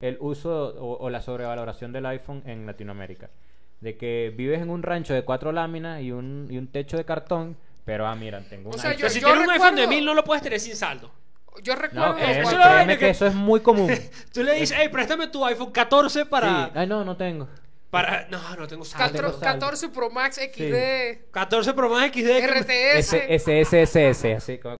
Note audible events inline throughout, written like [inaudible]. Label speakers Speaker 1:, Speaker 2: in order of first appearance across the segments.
Speaker 1: el uso o, o la sobrevaloración del iPhone en Latinoamérica. De que vives en un rancho de cuatro láminas y un, y un techo de cartón, pero ah, mira, tengo un
Speaker 2: O sea,
Speaker 1: iPhone.
Speaker 2: yo-
Speaker 3: Pero si tienes un iPhone de
Speaker 2: recuerdo-
Speaker 3: 1000 no lo puedes tener sin saldo.
Speaker 2: Yo
Speaker 1: No,
Speaker 2: recuerdo
Speaker 1: créeme,
Speaker 3: eso
Speaker 2: cuando-
Speaker 3: es la vaina
Speaker 1: créeme que
Speaker 3: que-
Speaker 1: eso es muy común.
Speaker 3: Tú le dices, hey, préstame tu iPhone 14 [laughs] para...
Speaker 1: Sí. Ay, no, no tengo.
Speaker 3: para... No, no tengo saldo.
Speaker 1: tengo
Speaker 2: Catro-
Speaker 1: saldo.
Speaker 2: 14 Pro Max XD
Speaker 3: 14 Pro Max XD. que-
Speaker 2: RTS.
Speaker 1: Ese, ese, ese, ese, ese, así como-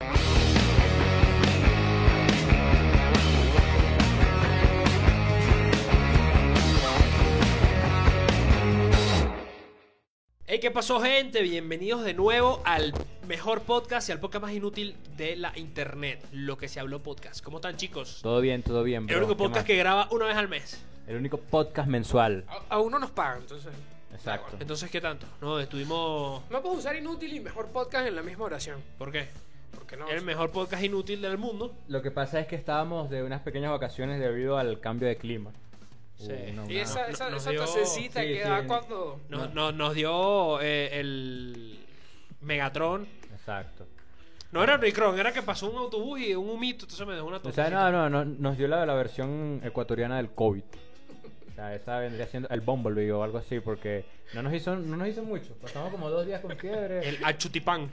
Speaker 3: Hey, ¿qué pasó, gente? Bienvenidos de nuevo al mejor podcast y al podcast más inútil de la internet, lo que se habló podcast. ¿Cómo están, chicos?
Speaker 1: Todo bien, todo bien.
Speaker 3: El
Speaker 1: bro.
Speaker 3: único
Speaker 1: ¿Qué
Speaker 3: podcast
Speaker 1: más?
Speaker 3: que Ah, graba una vez al mes.
Speaker 1: El único podcast mensual.
Speaker 2: A, a uno nos pagan, entonces.
Speaker 1: Exacto.
Speaker 3: Entonces, ¿qué tanto? No, estuvimos...
Speaker 2: No puedo usar inútil y mejor podcast en la misma oración.
Speaker 3: ¿Por qué?
Speaker 2: Porque no.
Speaker 3: El mejor podcast inútil del mundo.
Speaker 1: Lo que pasa es que estábamos de unas pequeñas vacaciones debido al cambio de clima.
Speaker 3: Sí.
Speaker 1: Una-
Speaker 2: Y esa,
Speaker 3: No,
Speaker 2: esa,
Speaker 3: nos
Speaker 2: esa
Speaker 3: dio-
Speaker 2: tosecita
Speaker 1: sí,
Speaker 2: que
Speaker 1: sí.
Speaker 2: da cuando.
Speaker 3: Nos,
Speaker 1: No.
Speaker 3: no- nos dio eh, el Megatron.
Speaker 1: Exacto.
Speaker 3: No era Omicron, era que pasó un autobús y un humito, entonces me dejó una
Speaker 1: O
Speaker 3: tosecita.
Speaker 1: sea, no, no, no, nos dio la, la versión ecuatoriana del COVID. O sea, esa vendría siendo el Bumblebee o algo así, porque no nos hizo, no nos hizo mucho. Pasamos como dos días con fiebre.
Speaker 3: El achutipán.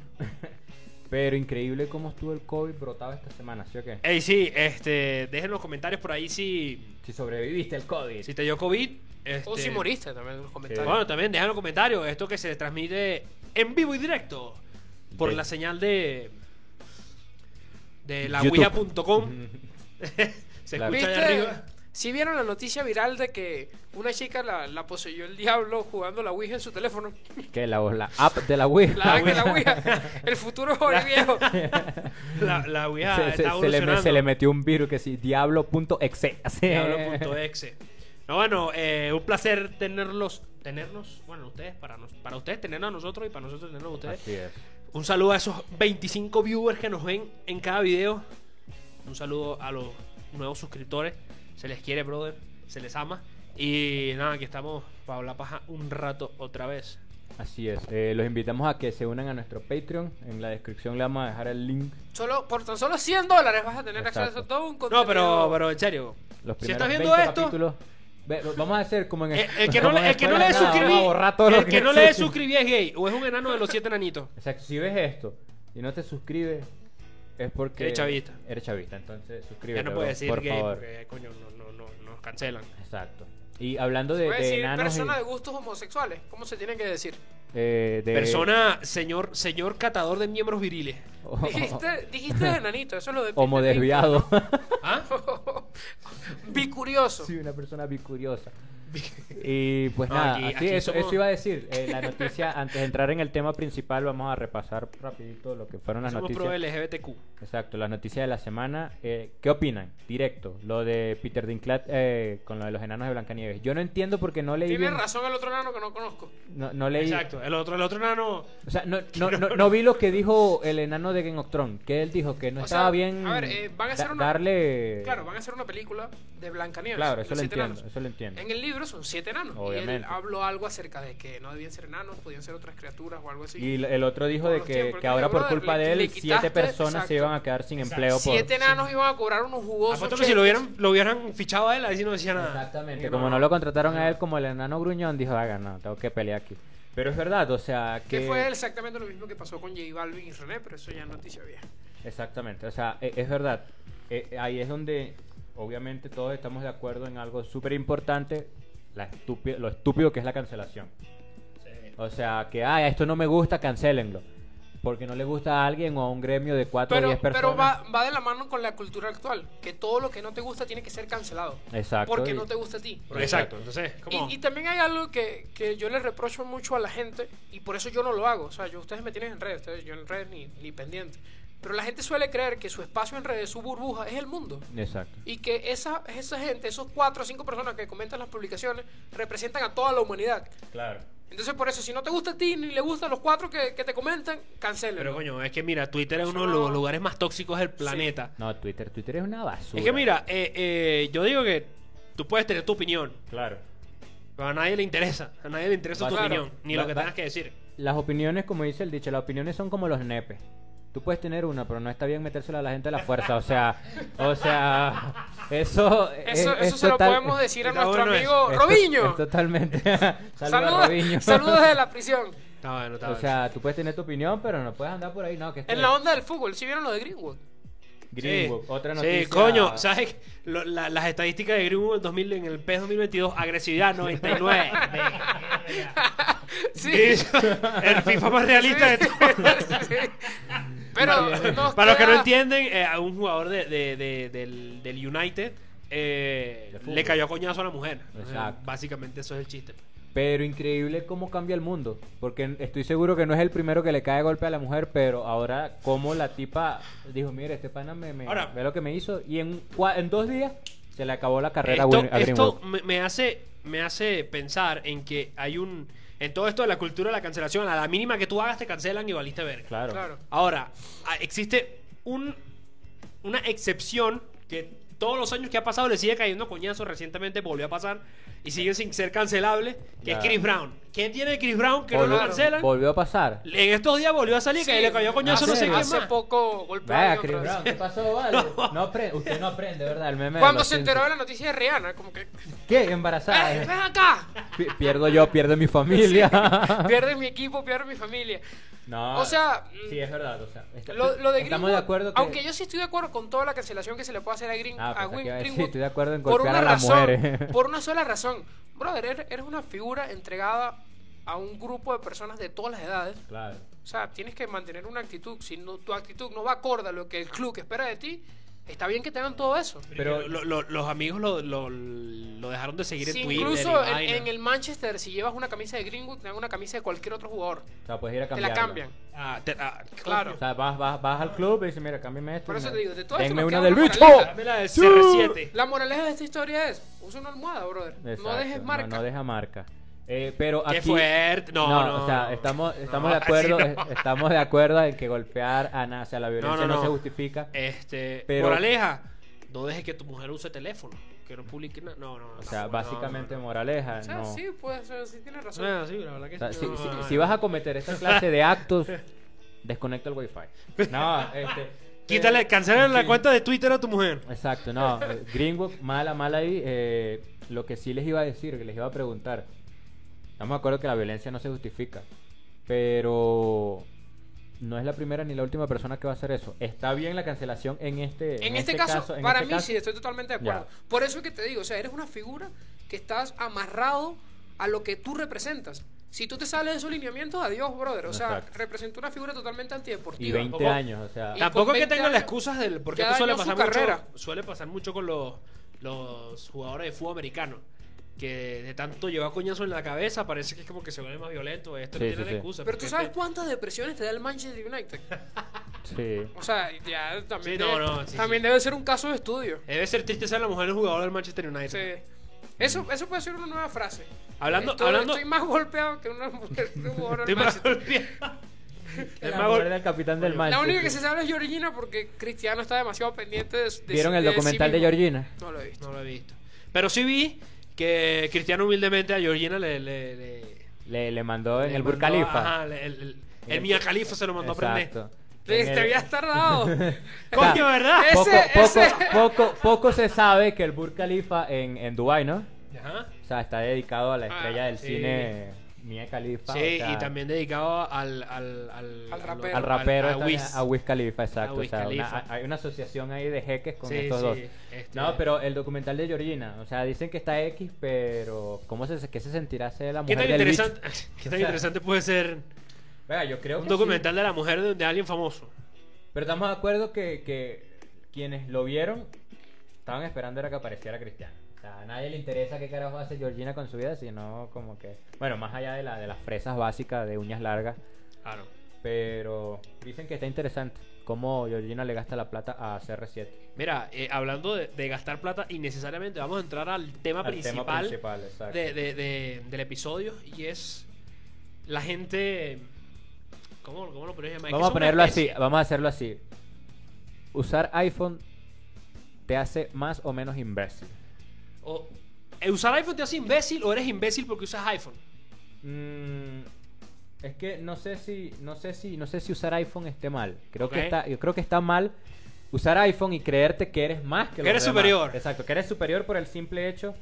Speaker 1: Pero increíble cómo estuvo el COVID brotado esta semana, ¿sí o qué?
Speaker 3: Ey, sí, este, dejen los comentarios por ahí si,
Speaker 1: Si sobreviviste al COVID.
Speaker 3: si te dio COVID. este-
Speaker 2: O si moriste también en los comentarios.
Speaker 3: Bueno, también dejen los comentarios. Esto que se transmite en vivo y directo por
Speaker 1: De-
Speaker 3: la señal de. de la
Speaker 1: YouTube.
Speaker 3: ouija.com. se
Speaker 1: Claro.
Speaker 3: escucha allá
Speaker 2: ¿Viste?
Speaker 3: arriba.
Speaker 2: Si vieron la noticia viral de que una chica la, la poseyó el diablo jugando la Ouija en su teléfono.
Speaker 1: [laughs] que la, la app de la Ouija.
Speaker 2: La, que la Ouija. El
Speaker 3: [laughs]
Speaker 2: futuro joven viejo.
Speaker 3: La, la
Speaker 1: [laughs]
Speaker 3: ouija
Speaker 1: se, se-
Speaker 3: está
Speaker 1: se le, me-
Speaker 3: evolucionando.
Speaker 1: se le metió un virus que sí, diablo.exe. así.
Speaker 3: Diablo.exe. No, bueno, eh, un placer tenerlos, tenernos, bueno, ustedes, para, nos, para ustedes tenernos a nosotros y para nosotros tenernos a ustedes.
Speaker 1: Así es.
Speaker 3: Un saludo a esos 25 viewers que nos ven en cada video. Un saludo a los nuevos suscriptores. Se les quiere, brother. Se les ama. Y nada, aquí estamos para hablar paja un rato otra vez.
Speaker 1: Así es. Eh, los invitamos a que se unan a nuestro Patreon. En la descripción le vamos a dejar el link.
Speaker 2: Solo, por tan solo 100 dólares vas a tener
Speaker 1: Exacto.
Speaker 2: acceso a todo un contenido.
Speaker 3: No, pero, pero en serio.
Speaker 1: Los primeros
Speaker 3: Si estás viendo
Speaker 1: 20
Speaker 3: esto-
Speaker 1: capítulos. Ve- Vamos a hacer como en
Speaker 3: El, el
Speaker 1: [laughs]
Speaker 3: que no,
Speaker 1: como
Speaker 3: le-
Speaker 1: en
Speaker 3: el que no
Speaker 1: escuela de nada,
Speaker 3: le suscribí,
Speaker 1: vamos a borrar todo lo
Speaker 3: el que no le
Speaker 1: existe.
Speaker 3: suscribí es gay o es un enano de los siete enanitos.
Speaker 1: Exacto, si ves esto y no te suscribes, es porque.
Speaker 3: Eres chavista.
Speaker 1: Eres chavista, entonces suscríbete.
Speaker 3: Ya no puedo
Speaker 1: bro,
Speaker 3: decir
Speaker 1: por
Speaker 3: gay
Speaker 1: favor.
Speaker 3: porque, eh, coño, no, no, no, nos cancelan.
Speaker 1: Exacto. Y hablando de,
Speaker 2: Puedes
Speaker 1: de
Speaker 2: decir
Speaker 1: enanos. y-
Speaker 2: persona de gustos homosexuales. ¿Cómo se tiene
Speaker 1: [laughs]
Speaker 2: que decir?
Speaker 1: eh, de- [laughs]
Speaker 3: Persona, señor, señor catador de miembros viriles.
Speaker 2: Dijiste, dijiste enanito, eso es lo de
Speaker 1: Homo
Speaker 2: de-
Speaker 1: desviado.
Speaker 3: ¿Ah?
Speaker 2: Bicurioso.
Speaker 1: [laughs] Sí, una persona bicuriosa.
Speaker 3: [laughs]
Speaker 1: Y pues
Speaker 3: No,
Speaker 1: nada,
Speaker 3: aquí-
Speaker 1: así,
Speaker 3: aquí
Speaker 1: eso,
Speaker 3: somos-
Speaker 1: eso iba a decir. eh, la noticia, antes de entrar en el tema principal, vamos a repasar rapidito lo que fueron las
Speaker 3: Somos
Speaker 1: noticias.
Speaker 3: pro LGBTQ.
Speaker 1: Exacto, las noticias de la semana. Eh, ¿Qué opinan? Directo, lo de Peter Dinklage eh, con lo de los enanos de Blancanieves. Yo no entiendo porque no leí
Speaker 2: Tiene
Speaker 1: bien-
Speaker 2: razón el otro enano que no conozco.
Speaker 1: No, no leí.
Speaker 3: Exacto. El otro, el otro nano.
Speaker 1: O sea, no, no, no, no vi lo que dijo el enano de Game of Thrones. Que él dijo que no
Speaker 2: O sea,
Speaker 1: estaba bien
Speaker 2: a ver, eh, van a hacer
Speaker 1: da-
Speaker 2: una-
Speaker 1: darle.
Speaker 2: Claro, van a hacer una película de Blancanieves.
Speaker 1: Eh. Claro,
Speaker 2: y
Speaker 1: eso
Speaker 2: los
Speaker 1: lo
Speaker 2: siete
Speaker 1: entiendo.
Speaker 2: enanos.
Speaker 1: Eso lo entiendo.
Speaker 2: En el libro son siete enanos. Y él
Speaker 1: Obviamente.
Speaker 2: habló algo acerca de que no debían ser enanos, podían ser otras criaturas o algo así.
Speaker 1: Y el- el otro dijo
Speaker 2: este Por
Speaker 1: de
Speaker 2: los
Speaker 1: que,
Speaker 2: tiempos,
Speaker 1: que
Speaker 2: le
Speaker 1: ahora
Speaker 2: digo,
Speaker 1: por
Speaker 2: "Brother,
Speaker 1: culpa
Speaker 2: le-
Speaker 1: de él,
Speaker 2: le
Speaker 1: siete
Speaker 2: quitaste",
Speaker 1: personas se
Speaker 2: exacto.
Speaker 1: iban a quedar sin
Speaker 3: Exacto.
Speaker 1: empleo por...
Speaker 2: siete enanos iban a cobrar unos jugosos.
Speaker 3: Apuesto que si lo hubieran, lo hubieran fichado a él, así no decía nada.
Speaker 1: Exactamente, como no lo contrataron a él como el enano gruñón, dijo, haga, no, tengo que pelear aquí. Pero es verdad, o sea, que...
Speaker 2: Que fue exactamente lo mismo que pasó con J Balvin y René, pero eso ya es noticia vieja.
Speaker 1: Exactamente, o sea, e- es, verdad. E- ahí es donde, obviamente, todos estamos de acuerdo en algo súper importante, la estúpi- lo estúpido que es la cancelación. O sea, que, ay, esto no me gusta, cancelenlo. Porque no le gusta a alguien o a un gremio de cuatro o
Speaker 2: Pero,
Speaker 1: 10 personas.
Speaker 2: pero va, va de la mano con la cultura actual, que todo lo que no te gusta tiene que ser cancelado.
Speaker 1: Exacto,
Speaker 2: Porque
Speaker 1: y-
Speaker 2: no te gusta a ti.
Speaker 3: Pero Exacto. Entonces, como.
Speaker 2: Y, y también hay algo que, que yo le reprocho mucho a la gente y por eso yo no lo hago. O sea, yo, ustedes me tienen en redes, ustedes, yo en redes ni, ni pendiente. Pero la gente suele creer que su espacio en redes, su burbuja, es el mundo.
Speaker 1: Exacto.
Speaker 2: Y que esa, esa gente, esos cuatro o cinco personas que comentan las publicaciones, representan a toda la humanidad.
Speaker 1: Claro.
Speaker 2: Entonces, por eso, si no te gusta a ti ni le gustan los cuatro que, que te comentan, cancelen.
Speaker 3: Pero coño, es que mira, Twitter es
Speaker 2: Eso
Speaker 3: uno de
Speaker 2: no-
Speaker 3: los lugares más tóxicos del planeta.
Speaker 1: No, Twitter, Twitter es una basura.
Speaker 3: Es que mira, eh, eh, yo digo que tú puedes tener tu opinión,
Speaker 1: Claro.
Speaker 3: pero a nadie le interesa. A nadie le interesa tu
Speaker 1: Claro.
Speaker 3: opinión, ni
Speaker 1: Va-
Speaker 3: lo que
Speaker 1: va-
Speaker 3: tengas que decir.
Speaker 1: Las opiniones, como dice el dicho, las opiniones son como los nepes. Tú puedes tener una, pero no está bien metérsela a la gente a la fuerza. O sea, o sea, eso.
Speaker 2: Eso,
Speaker 1: es-
Speaker 2: eso
Speaker 1: Eh, es
Speaker 2: se lo
Speaker 1: total-
Speaker 2: podemos decir a
Speaker 3: Está
Speaker 2: nuestro
Speaker 3: bueno
Speaker 1: [laughs]
Speaker 2: amigo
Speaker 1: es to-
Speaker 2: Robiño.
Speaker 1: es totalmente. [laughs] Saludos a
Speaker 2: Saludos,
Speaker 1: Robiño.
Speaker 2: saludos de la prisión.
Speaker 3: Está bueno, está
Speaker 1: O
Speaker 3: bueno.
Speaker 1: sea, tú puedes tener tu opinión, pero no puedes andar por ahí, no, que esto
Speaker 2: En
Speaker 1: es
Speaker 2: la onda del fútbol, ¿sí vieron lo de Greenwood?
Speaker 1: Greenwood, otra
Speaker 3: Sí,
Speaker 1: noticia.
Speaker 3: coño, ¿sabes? Lo- la- las estadísticas de Greenwood en, 2000, en el PES 2022, agresividad 99.
Speaker 2: sí.
Speaker 3: el FIFA más realista de
Speaker 2: Sí.
Speaker 3: todos.
Speaker 2: [laughs] Sí. Pero nos
Speaker 3: Para los que no
Speaker 2: queda-
Speaker 3: entienden, eh, a un jugador de, de- de- del, del United eh,
Speaker 1: De fútbol.
Speaker 3: le cayó a coñazo a la mujer. Eh,
Speaker 1: Exacto.
Speaker 3: Básicamente eso es el chiste.
Speaker 1: Pero increíble cómo cambia el mundo. Porque estoy seguro que no es el primero que le cae golpe a la mujer, pero ahora como la tipa dijo, mire, este pana me, me-
Speaker 3: Ahora-
Speaker 1: ve lo que me hizo. Y en, cua- en dos días se le acabó la carrera a
Speaker 3: esto
Speaker 1: Win- a
Speaker 3: esto
Speaker 1: Greenwood.
Speaker 3: me, me hace, me hace pensar en que hay un... En todo esto de la cultura de la cancelación, a la mínima que tú hagas te cancelan y valiste verga.
Speaker 1: Claro.
Speaker 2: Claro.
Speaker 3: Ahora, a- existe un, una excepción que todos los años que ha pasado le sigue cayendo coñazo. Recientemente volvió a pasar y siguen sin ser cancelables, que
Speaker 1: Ya.
Speaker 3: es Chris Brown. ¿Quién tiene Chris Brown que no
Speaker 1: Volvió,
Speaker 3: lo cancelan?
Speaker 1: volvió a pasar.
Speaker 3: En estos días volvió a salir que
Speaker 2: Sí,
Speaker 3: le cayó coñazo
Speaker 2: hace,
Speaker 3: no sé quién
Speaker 2: hace
Speaker 3: más.
Speaker 2: poco golpearon
Speaker 1: Vaya,
Speaker 2: otra
Speaker 1: Chris
Speaker 2: vez.
Speaker 1: Brown, ¿qué
Speaker 2: [laughs]
Speaker 1: pasó, vale? No apre- usted no aprende, ¿verdad? El meme de
Speaker 2: Cuando
Speaker 1: los
Speaker 2: se enteró de
Speaker 1: Simpsons.
Speaker 2: la noticia de Eh, Rihanna, como que.
Speaker 1: ¿Qué?
Speaker 2: ¡Ey,
Speaker 1: Embarazada.
Speaker 2: ven acá!
Speaker 1: [laughs] Pi- pierdo yo, pierdo mi familia.
Speaker 2: Pierdes mi equipo, pierdes mi familia.
Speaker 1: [laughs] No,
Speaker 2: O sea,
Speaker 1: Ah, sí, es verdad. O sea, está-
Speaker 2: Lo, lo de
Speaker 1: estamos
Speaker 2: Greenwood,
Speaker 1: de acuerdo que.
Speaker 2: Aunque yo sí estoy de acuerdo con toda la cancelación que se le puede hacer a, Green,
Speaker 1: Ah, pensé
Speaker 2: a Win-
Speaker 1: que iba a decir,
Speaker 2: Greenwood.
Speaker 1: estoy de acuerdo en
Speaker 2: por
Speaker 1: golpear
Speaker 2: una
Speaker 1: a las
Speaker 2: razón,
Speaker 1: mujeres.
Speaker 2: [laughs] Por una sola razón. Brother, eres, eres una figura entregada a un grupo de personas de todas las edades.
Speaker 1: Claro.
Speaker 2: O sea, tienes que mantener una actitud. Si no, tu actitud no va acorde a lo que el club espera de ti, está bien que te hagan todo eso.
Speaker 3: Pero lo- lo- los amigos lo, lo- lo dejaron de seguir
Speaker 2: Si
Speaker 3: en Twitter.
Speaker 2: incluso
Speaker 3: y
Speaker 2: en,
Speaker 3: vaina.
Speaker 2: en el Manchester, si llevas una camisa de Greenwood, te dan una camisa de cualquier otro jugador.
Speaker 1: O sea, puedes ir a
Speaker 2: Te
Speaker 1: cambiarla.
Speaker 2: la cambian.
Speaker 3: Ah, te- ah,
Speaker 2: Claro.
Speaker 1: O sea, vas, vas, vas al club y dices, mira, cámbiame esto.
Speaker 2: Por
Speaker 1: y
Speaker 2: eso
Speaker 1: me-
Speaker 2: te digo, de todo esto
Speaker 1: Denme
Speaker 2: nos
Speaker 1: una
Speaker 2: queda
Speaker 1: del
Speaker 2: una
Speaker 1: bicho.
Speaker 2: moraleja.
Speaker 3: Dame la del CR7.
Speaker 2: La moraleja de esta historia es: usa una almohada, brother.
Speaker 1: Exacto,
Speaker 2: No dejes marca.
Speaker 1: No, no deja marca. Eh, pero
Speaker 3: Qué
Speaker 1: aquí...
Speaker 3: fuerte. No, no,
Speaker 1: o sea, estamos, estamos
Speaker 3: No,
Speaker 1: de acuerdo, Eh,
Speaker 3: así no.
Speaker 1: es- estamos de acuerdo en que golpear a Ana, o sea, la violencia no,
Speaker 3: no.
Speaker 1: se justifica.
Speaker 3: Este,
Speaker 1: Pero-
Speaker 3: moraleja, no dejes que tu mujer use teléfono, que no publique nada. No, no, no.
Speaker 1: o sea,
Speaker 3: no,
Speaker 1: básicamente
Speaker 3: no, no.
Speaker 1: moraleja,
Speaker 2: O sea,
Speaker 1: no.
Speaker 2: sí, puede ser, sí tienes razón.
Speaker 3: Ah, sí, la verdad que
Speaker 1: O sea,
Speaker 3: sí.
Speaker 1: si,
Speaker 3: No,
Speaker 1: si-
Speaker 3: no,
Speaker 1: si
Speaker 3: no.
Speaker 1: vas a cometer esta clase de actos, desconecta el
Speaker 3: [laughs]
Speaker 1: wifi. No, este...
Speaker 3: Quítale, cancela la
Speaker 1: Sí.
Speaker 3: cuenta de Twitter a tu mujer.
Speaker 1: Exacto, no. eh, Greenwood, mala, mala ahí. eh, lo que sí les iba a decir, que les iba a preguntar. Estamos de acuerdo que la violencia no se justifica. Pero no es la primera ni la última persona que va a hacer eso. Está bien la cancelación en este
Speaker 2: En, este, caso,
Speaker 1: en
Speaker 2: para
Speaker 1: este
Speaker 2: mí
Speaker 1: caso,
Speaker 2: sí, estoy totalmente de acuerdo.
Speaker 1: Ya.
Speaker 2: Por eso es que te digo, o sea, eres una figura que estás amarrado a lo que tú representas. Si tú te sales de esos lineamientos, adiós, brother. O sea,
Speaker 1: Exacto.
Speaker 2: representa una figura totalmente antideportiva.
Speaker 1: Y 20
Speaker 3: tampoco-
Speaker 1: años, o sea.
Speaker 2: Y
Speaker 3: Tampoco
Speaker 2: con
Speaker 3: es que
Speaker 2: 20
Speaker 3: tengan las
Speaker 2: años
Speaker 3: excusas del. Porque
Speaker 2: ya
Speaker 3: esto suele
Speaker 2: dañó su
Speaker 3: pasar, mucho,
Speaker 2: carrera.
Speaker 3: suele pasar mucho con los, los jugadores de fútbol americano. Que de tanto llevar coñazo en la cabeza, parece que es como que se vuelve más violento. Esto
Speaker 1: Sí,
Speaker 3: no
Speaker 1: sí,
Speaker 3: tiene
Speaker 1: sí.
Speaker 3: excusa.
Speaker 2: Pero tú
Speaker 3: porque
Speaker 2: sabes
Speaker 3: este-
Speaker 2: cuántas depresiones te da el Manchester United.
Speaker 1: Sí.
Speaker 2: O sea, ya también,
Speaker 3: Sí, no,
Speaker 2: debe,
Speaker 3: no, sí,
Speaker 2: también
Speaker 3: sí.
Speaker 2: debe ser un caso de estudio.
Speaker 3: Debe ser triste ser la mujer del jugador del Manchester United.
Speaker 2: Sí. Eso, eso puede ser una nueva frase.
Speaker 3: Hablando-
Speaker 2: estoy,
Speaker 3: hablando-
Speaker 2: estoy más golpeado que una mujer de un jugador
Speaker 3: Estoy
Speaker 2: del
Speaker 3: más
Speaker 2: Manchester.
Speaker 3: golpeado.
Speaker 1: El
Speaker 3: más gol-
Speaker 1: del capitán del
Speaker 2: La
Speaker 1: Manchester.
Speaker 2: única que se sabe es Georgina porque Cristiano está demasiado pendiente de, de
Speaker 1: ¿Vieron
Speaker 2: sí-
Speaker 1: el
Speaker 2: de
Speaker 1: documental
Speaker 2: sí
Speaker 1: de
Speaker 2: mismo.
Speaker 1: Georgina?
Speaker 2: No lo he visto.
Speaker 3: No lo he visto. Pero sí vi que Cristiano humildemente a Georgina le. le, le-
Speaker 1: Le, le mandó en
Speaker 3: le
Speaker 1: el
Speaker 3: mandó-
Speaker 1: Burj Khalifa.
Speaker 3: Ajá, le- el, el, el Mia Khalifa se lo mandó a
Speaker 1: Exacto.
Speaker 2: Te,
Speaker 1: En [laughs]
Speaker 2: te
Speaker 1: el-
Speaker 2: habías tardado.
Speaker 3: aprender. Coño, ¿verdad?
Speaker 2: Ese-
Speaker 1: Poco,
Speaker 2: ese-
Speaker 1: poco, poco, poco se sabe que el Burj Khalifa en, en Dubai, ¿no?
Speaker 3: Ajá.
Speaker 1: O sea, está dedicado a la estrella
Speaker 2: Ah,
Speaker 1: del
Speaker 3: sí.
Speaker 1: cine Mia Khalifa.
Speaker 3: Sí,
Speaker 1: o sea,
Speaker 3: y también dedicado al, al, al,
Speaker 2: Al
Speaker 3: a lo-
Speaker 2: rapero.
Speaker 1: al rapero
Speaker 3: al-
Speaker 1: esta-
Speaker 3: a
Speaker 1: a,
Speaker 3: Wiz.
Speaker 1: Wiz. Khalifa, exacto.
Speaker 3: A Wiz
Speaker 1: o sea, una-
Speaker 3: Khalifa.
Speaker 1: hay una asociación ahí de jeques con
Speaker 3: Sí,
Speaker 1: estos
Speaker 3: sí,
Speaker 1: dos.
Speaker 3: este-
Speaker 1: No, pero el documental de Georgina, o sea, dicen que está X, pero ¿cómo se, qué se sentirá ser la
Speaker 3: ¿Qué
Speaker 1: mujer
Speaker 3: tan,
Speaker 1: del Beach?
Speaker 3: interesante, [laughs] ¿Qué tan
Speaker 1: O sea,
Speaker 3: interesante puede ser
Speaker 1: Venga, yo creo
Speaker 3: un
Speaker 1: que
Speaker 3: documental
Speaker 1: sí.
Speaker 3: de la mujer de, de alguien famoso?
Speaker 1: Pero estamos de acuerdo que, que quienes lo vieron estaban esperando era que apareciera Cristiano. O sea, a nadie le interesa qué carajo hace Georgina con su vida, sino como que... Bueno, más allá de, la, de las fresas básicas de uñas largas.
Speaker 3: Claro.
Speaker 1: Pero dicen que está interesante cómo Georgina le gasta la plata a CR7.
Speaker 3: Mira, eh, hablando de, de gastar plata innecesariamente, vamos a entrar al tema
Speaker 1: Al
Speaker 3: principal,
Speaker 1: tema principal, exacto.
Speaker 3: de- de- de- del episodio y es la gente. ¿Cómo, cómo lo podrías llamar?
Speaker 1: Vamos
Speaker 3: Es que son
Speaker 1: a
Speaker 3: una
Speaker 1: ponerlo así,
Speaker 3: especie.
Speaker 1: vamos a hacerlo así. Usar iPhone te hace más o menos imbécil.
Speaker 3: O, eh, ¿Usar iPhone te hace imbécil o eres imbécil porque usas iPhone?
Speaker 1: Mm, Es que no sé si, no sé si, no sé si usar iPhone esté mal. Creo
Speaker 3: Ok.
Speaker 1: que está, yo creo que está mal usar iPhone y creerte que eres más que,
Speaker 3: Que
Speaker 1: los
Speaker 3: eres
Speaker 1: demás.
Speaker 3: superior.
Speaker 1: Exacto, que eres superior por el simple hecho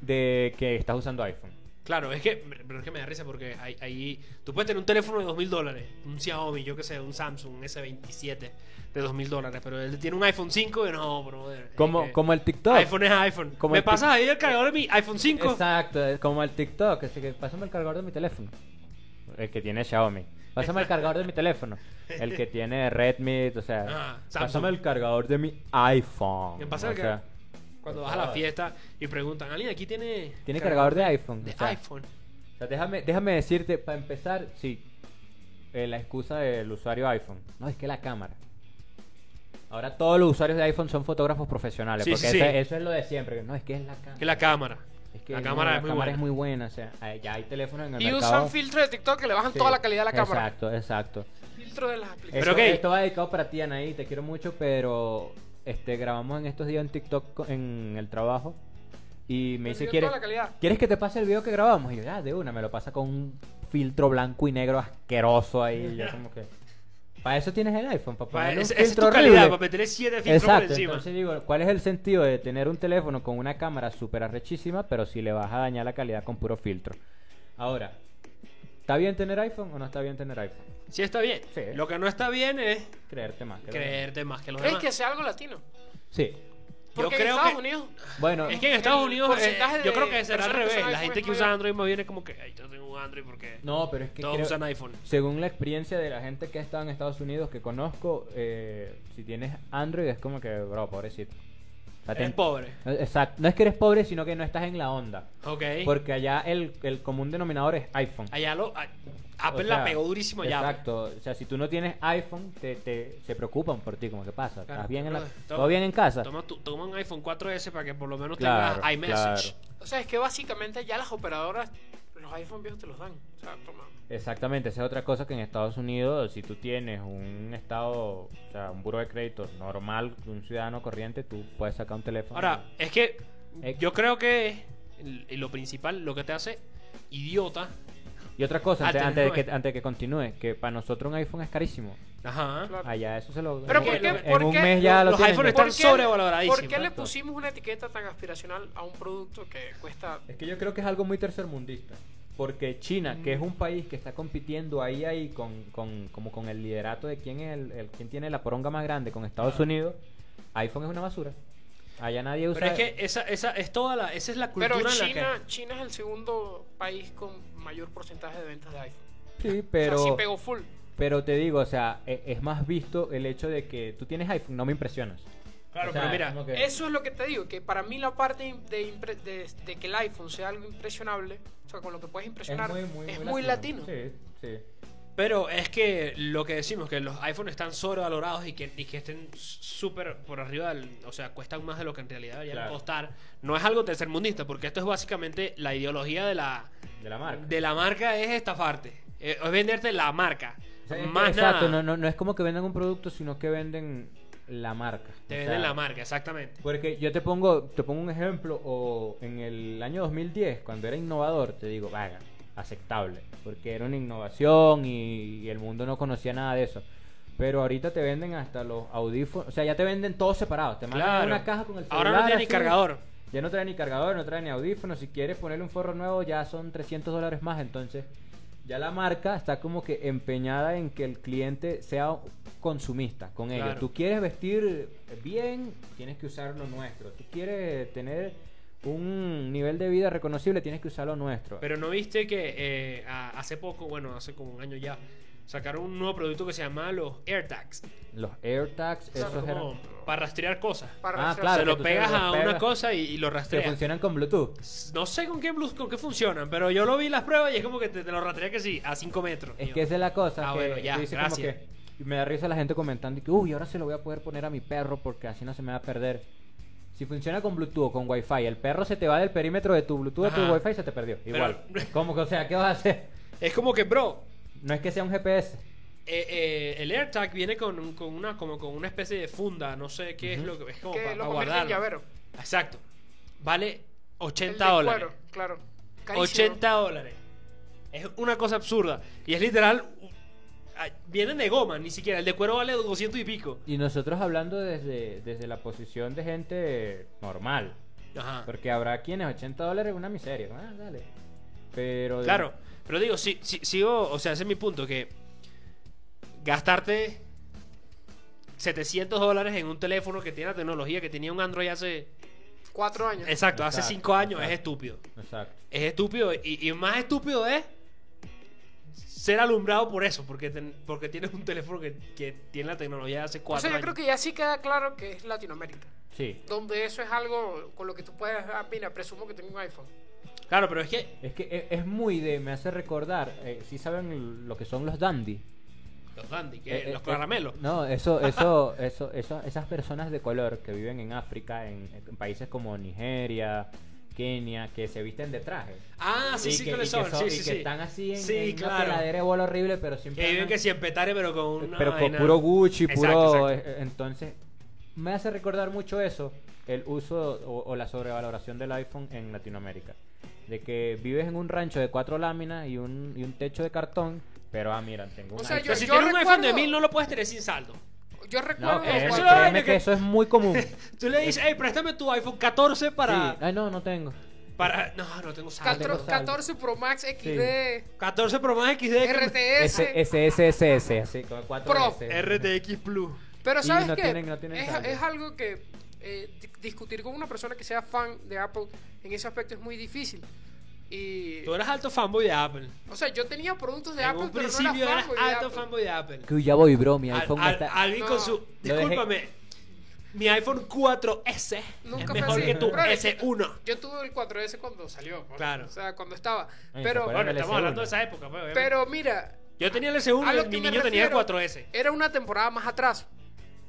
Speaker 1: de que estás usando iPhone.
Speaker 3: Claro, es que, pero es que me da risa porque ahí, ahí- tú puedes tener un teléfono de 2.000 dólares, un Xiaomi, yo qué sé, un Samsung, un S27 de 2.000 dólares, pero él tiene un iPhone 5 y no, bro. es
Speaker 1: Como,
Speaker 3: que
Speaker 1: como el TikTok.
Speaker 3: iPhone es iPhone.
Speaker 1: Como
Speaker 3: me
Speaker 1: el
Speaker 3: pasas ahí el cargador de mi iPhone 5.
Speaker 1: Exacto, es como el TikTok. Así que pásame el cargador de mi teléfono. El que tiene Xiaomi. Pásame el cargador de mi teléfono. El que tiene Redmi, o sea,
Speaker 3: Ah, Samsung.
Speaker 1: pásame el cargador de mi iPhone.
Speaker 3: Me pasa
Speaker 1: o
Speaker 3: el
Speaker 1: sea,
Speaker 3: cargador. Cuando vas a la fiesta y preguntan, ¿alguien aquí tiene
Speaker 1: tiene cargador de iPhone.
Speaker 3: de
Speaker 1: o sea,
Speaker 3: iPhone?
Speaker 1: o sea, déjame, déjame decirte, para empezar, sí, eh, la excusa del usuario iPhone. No, es que la cámara. Ahora todos los usuarios de iPhone son fotógrafos profesionales,
Speaker 3: Sí,
Speaker 1: porque
Speaker 3: sí,
Speaker 1: ese-
Speaker 3: sí.
Speaker 1: eso es lo de siempre. No, es que es la cámara.
Speaker 3: Que la cámara.
Speaker 1: Es que
Speaker 3: la
Speaker 1: no,
Speaker 3: cámara, es, muy buena.
Speaker 1: es muy buena. O sea, hay- ya hay teléfonos en el
Speaker 2: Y
Speaker 1: mercado.
Speaker 2: usan filtros de TikTok que le bajan
Speaker 1: Sí,
Speaker 2: toda la calidad a la cámara.
Speaker 1: Exacto, exacto.
Speaker 2: Filtro de las aplicaciones.
Speaker 3: Pero
Speaker 1: Pero
Speaker 3: ok.
Speaker 1: Esto va dedicado para ti, Anaí. Te quiero mucho, pero este grabamos en estos días en TikTok co- en el trabajo. Y me
Speaker 2: Te
Speaker 1: dice,
Speaker 2: pidió
Speaker 1: ¿quieres,
Speaker 2: toda la calidad".
Speaker 1: ¿quieres que te pase el video que grabamos? Y yo, ya, de una, me lo pasa con un filtro blanco y negro asqueroso ahí. y yo como que... Para eso tienes el iPhone, para
Speaker 3: Pa-
Speaker 1: poner
Speaker 3: es,
Speaker 1: un
Speaker 3: es
Speaker 1: filtro
Speaker 3: tu calidad,
Speaker 1: horrible.
Speaker 3: papi. Tenés 7 filtros por
Speaker 1: Exacto,
Speaker 3: encima.
Speaker 1: entonces digo, ¿cuál es el sentido de tener un teléfono con una cámara súper arrechísima, pero si le vas a dañar la calidad con puro filtro? Ahora, ¿está bien tener iPhone o no está bien tener iPhone?
Speaker 3: Sí está bien.
Speaker 1: Sí.
Speaker 3: Lo que no está bien es
Speaker 1: Creerte más. que lo-
Speaker 3: creerte más que los
Speaker 2: ¿Crees
Speaker 3: demás.
Speaker 2: que sea algo latino?
Speaker 1: Sí.
Speaker 3: Yo
Speaker 2: Porque en
Speaker 3: creo
Speaker 2: Estados
Speaker 3: que-
Speaker 2: Unidos
Speaker 1: Bueno,
Speaker 3: Es que en Estados
Speaker 2: El
Speaker 3: Unidos eh,
Speaker 2: porcentaje
Speaker 3: yo
Speaker 2: de
Speaker 3: creo que será al
Speaker 2: personas que
Speaker 3: revés.
Speaker 2: usan
Speaker 3: La
Speaker 2: iPhone
Speaker 3: gente
Speaker 2: es
Speaker 3: que
Speaker 2: mayor.
Speaker 3: usa Android más bien es como que "Ay, yo tengo un Android porque
Speaker 1: no, pero es que
Speaker 3: todos
Speaker 1: creo-
Speaker 3: usan iPhone.
Speaker 1: según la experiencia de la gente que ha estado en Estados Unidos que conozco, eh, si tienes Android es como que, bro, pobrecito. O sea,
Speaker 3: Eres
Speaker 1: ten-
Speaker 3: pobre.
Speaker 1: Exacto. No es que eres pobre, sino que no estás en la onda.
Speaker 3: Ok.
Speaker 1: Porque allá el, el común denominador es iPhone.
Speaker 3: Allá lo. a- Apple
Speaker 1: O sea,
Speaker 3: la pegó durísimo allá.
Speaker 1: Exacto. O sea, si tú no tienes iPhone, te, te- se preocupan por ti. Como, ¿qué pasa?
Speaker 3: Claro,
Speaker 1: ¿Estás bien en la-
Speaker 3: brother, toma-
Speaker 1: ¿Todo bien en casa?
Speaker 3: Toma, tu- toma un iPhone 4S para que por lo menos
Speaker 1: Claro,
Speaker 3: tengas iMessage.
Speaker 1: claro.
Speaker 2: O sea, es que básicamente ya las operadoras, los iPhone viejos te los dan. O sea, toma.
Speaker 1: Exactamente, esa es otra cosa que en Estados Unidos, si tú tienes un estado, o sea, un buro de crédito normal, de un ciudadano corriente, tú puedes sacar un teléfono.
Speaker 3: Ahora, es que
Speaker 1: Eh.
Speaker 3: yo creo que l- lo principal, lo que te hace idiota.
Speaker 1: y otra cosa, antes,
Speaker 3: antes
Speaker 1: antes de
Speaker 3: no
Speaker 1: que, antes de que continúe, que para nosotros un iPhone es carísimo. Ah,
Speaker 3: Ajá.
Speaker 2: Claro.
Speaker 1: Allá eso se lo...
Speaker 2: Pero
Speaker 1: en,
Speaker 2: ¿por qué?
Speaker 1: en
Speaker 2: ¿Por
Speaker 1: un
Speaker 2: qué
Speaker 1: mes ya
Speaker 3: los-
Speaker 1: lo
Speaker 3: los
Speaker 1: tienen.
Speaker 3: iPhones
Speaker 1: ¿Por
Speaker 3: están
Speaker 1: qué?
Speaker 2: qué-
Speaker 3: sobrevaloradísimos?
Speaker 2: ¿Por qué le
Speaker 1: Exacto.
Speaker 2: pusimos una etiqueta tan aspiracional a un producto que cuesta
Speaker 1: Es que yo creo que es algo muy tercermundista. Porque China, que es
Speaker 3: Mm.
Speaker 1: un país que está compitiendo ahí ahí con, con- como con el liderato de quién, es el, el- quién tiene la poronga más grande con Estados Unidos, iPhone es una basura. Allá nadie usa
Speaker 3: Pero es que esa, esa es toda la, esa es la cultura
Speaker 2: Pero
Speaker 3: en la
Speaker 2: China,
Speaker 3: que.
Speaker 2: China es el segundo país con mayor porcentaje de ventas de iPhone.
Speaker 1: Sí, pero...
Speaker 2: O sea, sí pegó full.
Speaker 1: Pero te digo, o sea, e- es más visto el hecho de que tú tienes iPhone, no me impresionas.
Speaker 3: Claro,
Speaker 1: O sea,
Speaker 3: pero mira,
Speaker 1: como que-
Speaker 2: Eso es lo que te digo, que para mí la parte de, impre- de- de que el iPhone sea algo impresionable, o sea, con lo que puedes impresionar, es muy, latino.
Speaker 1: Sí, sí.
Speaker 3: Pero es que lo que decimos, que los iPhones están sobrevalorados y que, y que estén súper por arriba, del- o sea, cuestan más de lo que en realidad deberían
Speaker 1: Claro.
Speaker 3: costar, no es algo tercermundista, porque esto es básicamente la ideología de la,
Speaker 1: De la marca.
Speaker 3: de la marca es estafarte, eh, es venderte la marca,
Speaker 1: O sea, es que-
Speaker 3: más
Speaker 1: exacto, no,
Speaker 3: nada,
Speaker 1: no, no es como que vendan un producto, sino que venden la marca.
Speaker 3: te
Speaker 1: O
Speaker 3: venden
Speaker 1: sea,
Speaker 3: la marca, exactamente.
Speaker 1: Porque yo te pongo, te pongo un ejemplo, o en el año 2010, cuando era innovador, te digo, vaga, aceptable, porque era una innovación y, y el mundo no conocía nada de eso. Pero ahorita te venden hasta los audífonos, o sea, ya te venden todos separados, te mandan
Speaker 3: Claro.
Speaker 1: una caja con el celular.
Speaker 3: Ahora no tiene ni
Speaker 1: así,
Speaker 3: cargador.
Speaker 1: Ya no trae ni cargador, no trae ni audífonos. Si quieres ponerle un forro nuevo, ya son 300 dólares más. Entonces, ya la marca está como que empeñada en que el cliente sea consumista con ello.
Speaker 3: Claro.
Speaker 1: Tú quieres vestir bien, tienes que usar lo nuestro. Tú quieres tener un nivel de vida reconocible, tienes que usar lo nuestro.
Speaker 3: Pero no viste que eh, a- hace poco, bueno, hace como un año ya, sacaron un nuevo producto que se llama los AirTags,
Speaker 1: Los AirTags,
Speaker 3: Son
Speaker 1: esos eran-
Speaker 3: como para rastrear cosas.
Speaker 2: Para
Speaker 1: Ah,
Speaker 2: rastrear-
Speaker 1: claro.
Speaker 3: se lo
Speaker 1: que tú
Speaker 3: pegas
Speaker 1: se lo
Speaker 3: a
Speaker 1: pegas.
Speaker 3: una cosa y, y lo
Speaker 1: que
Speaker 3: rastreas.
Speaker 1: funcionan con Bluetooth.
Speaker 3: No sé con qué blues, con qué funcionan, pero yo lo vi en las pruebas y es como que te, te lo rastrea que sí, a 5 metros.
Speaker 1: Es
Speaker 3: Yo,
Speaker 1: que esa es la cosa.
Speaker 3: Ah,
Speaker 1: que
Speaker 3: bueno, ya,
Speaker 1: tú dices como
Speaker 3: gracias.
Speaker 1: que- y me da risa la gente comentando y que, uy, ahora se lo voy a poder poner a mi perro porque así no se me va a perder. Si funciona con Bluetooth o con Wi-Fi, el perro se te va del perímetro de tu Bluetooth a
Speaker 3: Ajá.
Speaker 1: tu Wi-Fi y se te perdió.
Speaker 3: Pero- [laughs]
Speaker 1: Igual. ¿Cómo que, o sea, qué vas a hacer?
Speaker 3: Es como que, bro,
Speaker 1: No es que sea un GPS.
Speaker 3: eh, eh, el AirTag viene con, un- con una como con una especie de funda, no sé qué es lo que es como
Speaker 2: Que
Speaker 3: para,
Speaker 2: lo
Speaker 3: para
Speaker 2: convierte en
Speaker 3: guardarlo.
Speaker 2: llavero.
Speaker 3: Exacto. Vale 80
Speaker 2: El de
Speaker 3: dólares.
Speaker 2: cuero, claro. Carísimo.
Speaker 3: 80 dólares. Es una cosa absurda. Y es literal. u- ah, Vienen de goma, ni siquiera. El de cuero vale 200 y pico.
Speaker 1: Y nosotros hablando desde, desde la posición de gente normal.
Speaker 3: Ajá.
Speaker 1: Porque habrá quienes 80 dólares es una miseria. Ah, dale. Pero.
Speaker 3: Claro, pero digo, si, si- sigo, o sea, ese es mi punto, que gastarte 700 dólares en un teléfono que tiene la tecnología que tenía un Android hace...
Speaker 2: Cuatro años.
Speaker 3: Exacto, hace
Speaker 1: Exacto,
Speaker 3: 5 años
Speaker 1: exacto.
Speaker 3: es estúpido.
Speaker 1: Exacto.
Speaker 3: Es estúpido y, y más estúpido es ser alumbrado por eso, porque, ten- porque tienes un teléfono que, que tiene la tecnología de hace 4
Speaker 2: O sea, yo
Speaker 3: años.
Speaker 2: creo que ya sí queda claro que es Latinoamérica.
Speaker 1: Sí.
Speaker 2: Donde eso es algo con lo que tú puedes. Ah, mira, presumo que tengo un iPhone.
Speaker 3: Claro, pero es que...
Speaker 1: Es que e- es muy de. Me hace recordar. eh, si saben lo que son los dandy.
Speaker 3: Los dandy, que-
Speaker 1: Eh, eh,
Speaker 3: los
Speaker 1: eh,
Speaker 3: caramelos.
Speaker 1: no,
Speaker 3: [laughs]
Speaker 1: eso, eso, eso, eso, esas personas de color que viven en África, en, en países como Nigeria, Kenia, que se visten de traje.
Speaker 3: Ah, sí,
Speaker 1: Y
Speaker 3: sí,
Speaker 1: que,
Speaker 3: que,
Speaker 1: y
Speaker 3: les
Speaker 1: que
Speaker 3: sobran,
Speaker 1: son-
Speaker 3: sí,
Speaker 1: y
Speaker 3: sí,
Speaker 1: que
Speaker 3: sí.
Speaker 1: están así en,
Speaker 3: Sí,
Speaker 1: en una
Speaker 3: claro.
Speaker 1: peladera de bola horrible, pero siempre.
Speaker 3: Que viven
Speaker 1: andan-
Speaker 3: que siempre tare, pero con una
Speaker 1: pero con
Speaker 3: vaina-
Speaker 1: puro Gucci,
Speaker 3: Exacto,
Speaker 1: puro.
Speaker 3: exacto.
Speaker 1: eh, eh, Entonces, me hace recordar mucho eso, el uso o, o la sobrevaloración del iPhone en Latinoamérica. De que vives en un rancho de cuatro láminas y un, y un techo de cartón, pero ah, mira, tengo
Speaker 2: O
Speaker 1: un
Speaker 2: sea,
Speaker 1: iPhone.
Speaker 2: yo-
Speaker 3: Pero si
Speaker 2: yo
Speaker 3: tienes un iPhone de
Speaker 2: recuerdo-
Speaker 3: 1000 no lo puedes tener sin saldo.
Speaker 2: Yo
Speaker 1: No,
Speaker 2: recuerdo.
Speaker 1: créeme,
Speaker 3: eso es
Speaker 2: cuando-
Speaker 3: la vaina
Speaker 1: créeme que...
Speaker 3: que-
Speaker 1: eso es muy común.
Speaker 3: Tú le dices, hey, préstame tu iPhone 14 para...
Speaker 1: Sí. Ay, no, no tengo.
Speaker 3: para... No, no tengo saldo.
Speaker 1: tengo
Speaker 2: Catro-
Speaker 1: saldo.
Speaker 2: 14 Pro Max XD
Speaker 3: 14 Pro más XD. que me-
Speaker 2: RTS.
Speaker 1: S, S, S, S, S, así, con cuatro
Speaker 2: Pro.
Speaker 1: S.
Speaker 3: RTX Plus.
Speaker 2: Pero
Speaker 1: Y
Speaker 2: sabes
Speaker 1: no
Speaker 2: que
Speaker 1: tienen- no tienen
Speaker 2: es,
Speaker 1: saldo.
Speaker 2: es algo que eh, di- discutir con una persona que sea fan de Apple en ese aspecto es muy difícil. Y
Speaker 3: Tú eras alto fanboy de Apple.
Speaker 2: o sea, yo tenía productos de
Speaker 3: en
Speaker 2: Apple,
Speaker 3: un
Speaker 2: pero no
Speaker 3: principio
Speaker 2: era
Speaker 3: eras
Speaker 2: fanboy de
Speaker 3: alto
Speaker 2: Apple.
Speaker 3: fanboy de Apple.
Speaker 1: Que ya voy, bro, mi
Speaker 3: Al-
Speaker 1: iPhone
Speaker 3: al-
Speaker 1: está...
Speaker 3: Alvin con
Speaker 2: No.
Speaker 3: su...
Speaker 1: Lo dejé-
Speaker 3: Discúlpame. Mi iPhone 4S es
Speaker 2: Nunca
Speaker 3: mejor
Speaker 2: pensé-
Speaker 3: que tu
Speaker 2: Pero es que-
Speaker 3: S1.
Speaker 2: Yo tuve el 4S cuando salió, pues.
Speaker 3: Claro.
Speaker 2: o sea, cuando estaba.
Speaker 1: Ay,
Speaker 2: Pero
Speaker 1: ¿se acuerdan?
Speaker 3: Bueno,
Speaker 1: el
Speaker 3: estamos
Speaker 1: S1.
Speaker 3: hablando de esa época. pues, obviamente.
Speaker 2: pero mira,
Speaker 3: Yo tenía el S1
Speaker 2: a lo
Speaker 3: y
Speaker 2: que
Speaker 3: mi
Speaker 2: me
Speaker 3: niño tenía el
Speaker 2: refiero,
Speaker 3: 4S.
Speaker 2: Era una temporada más atrás.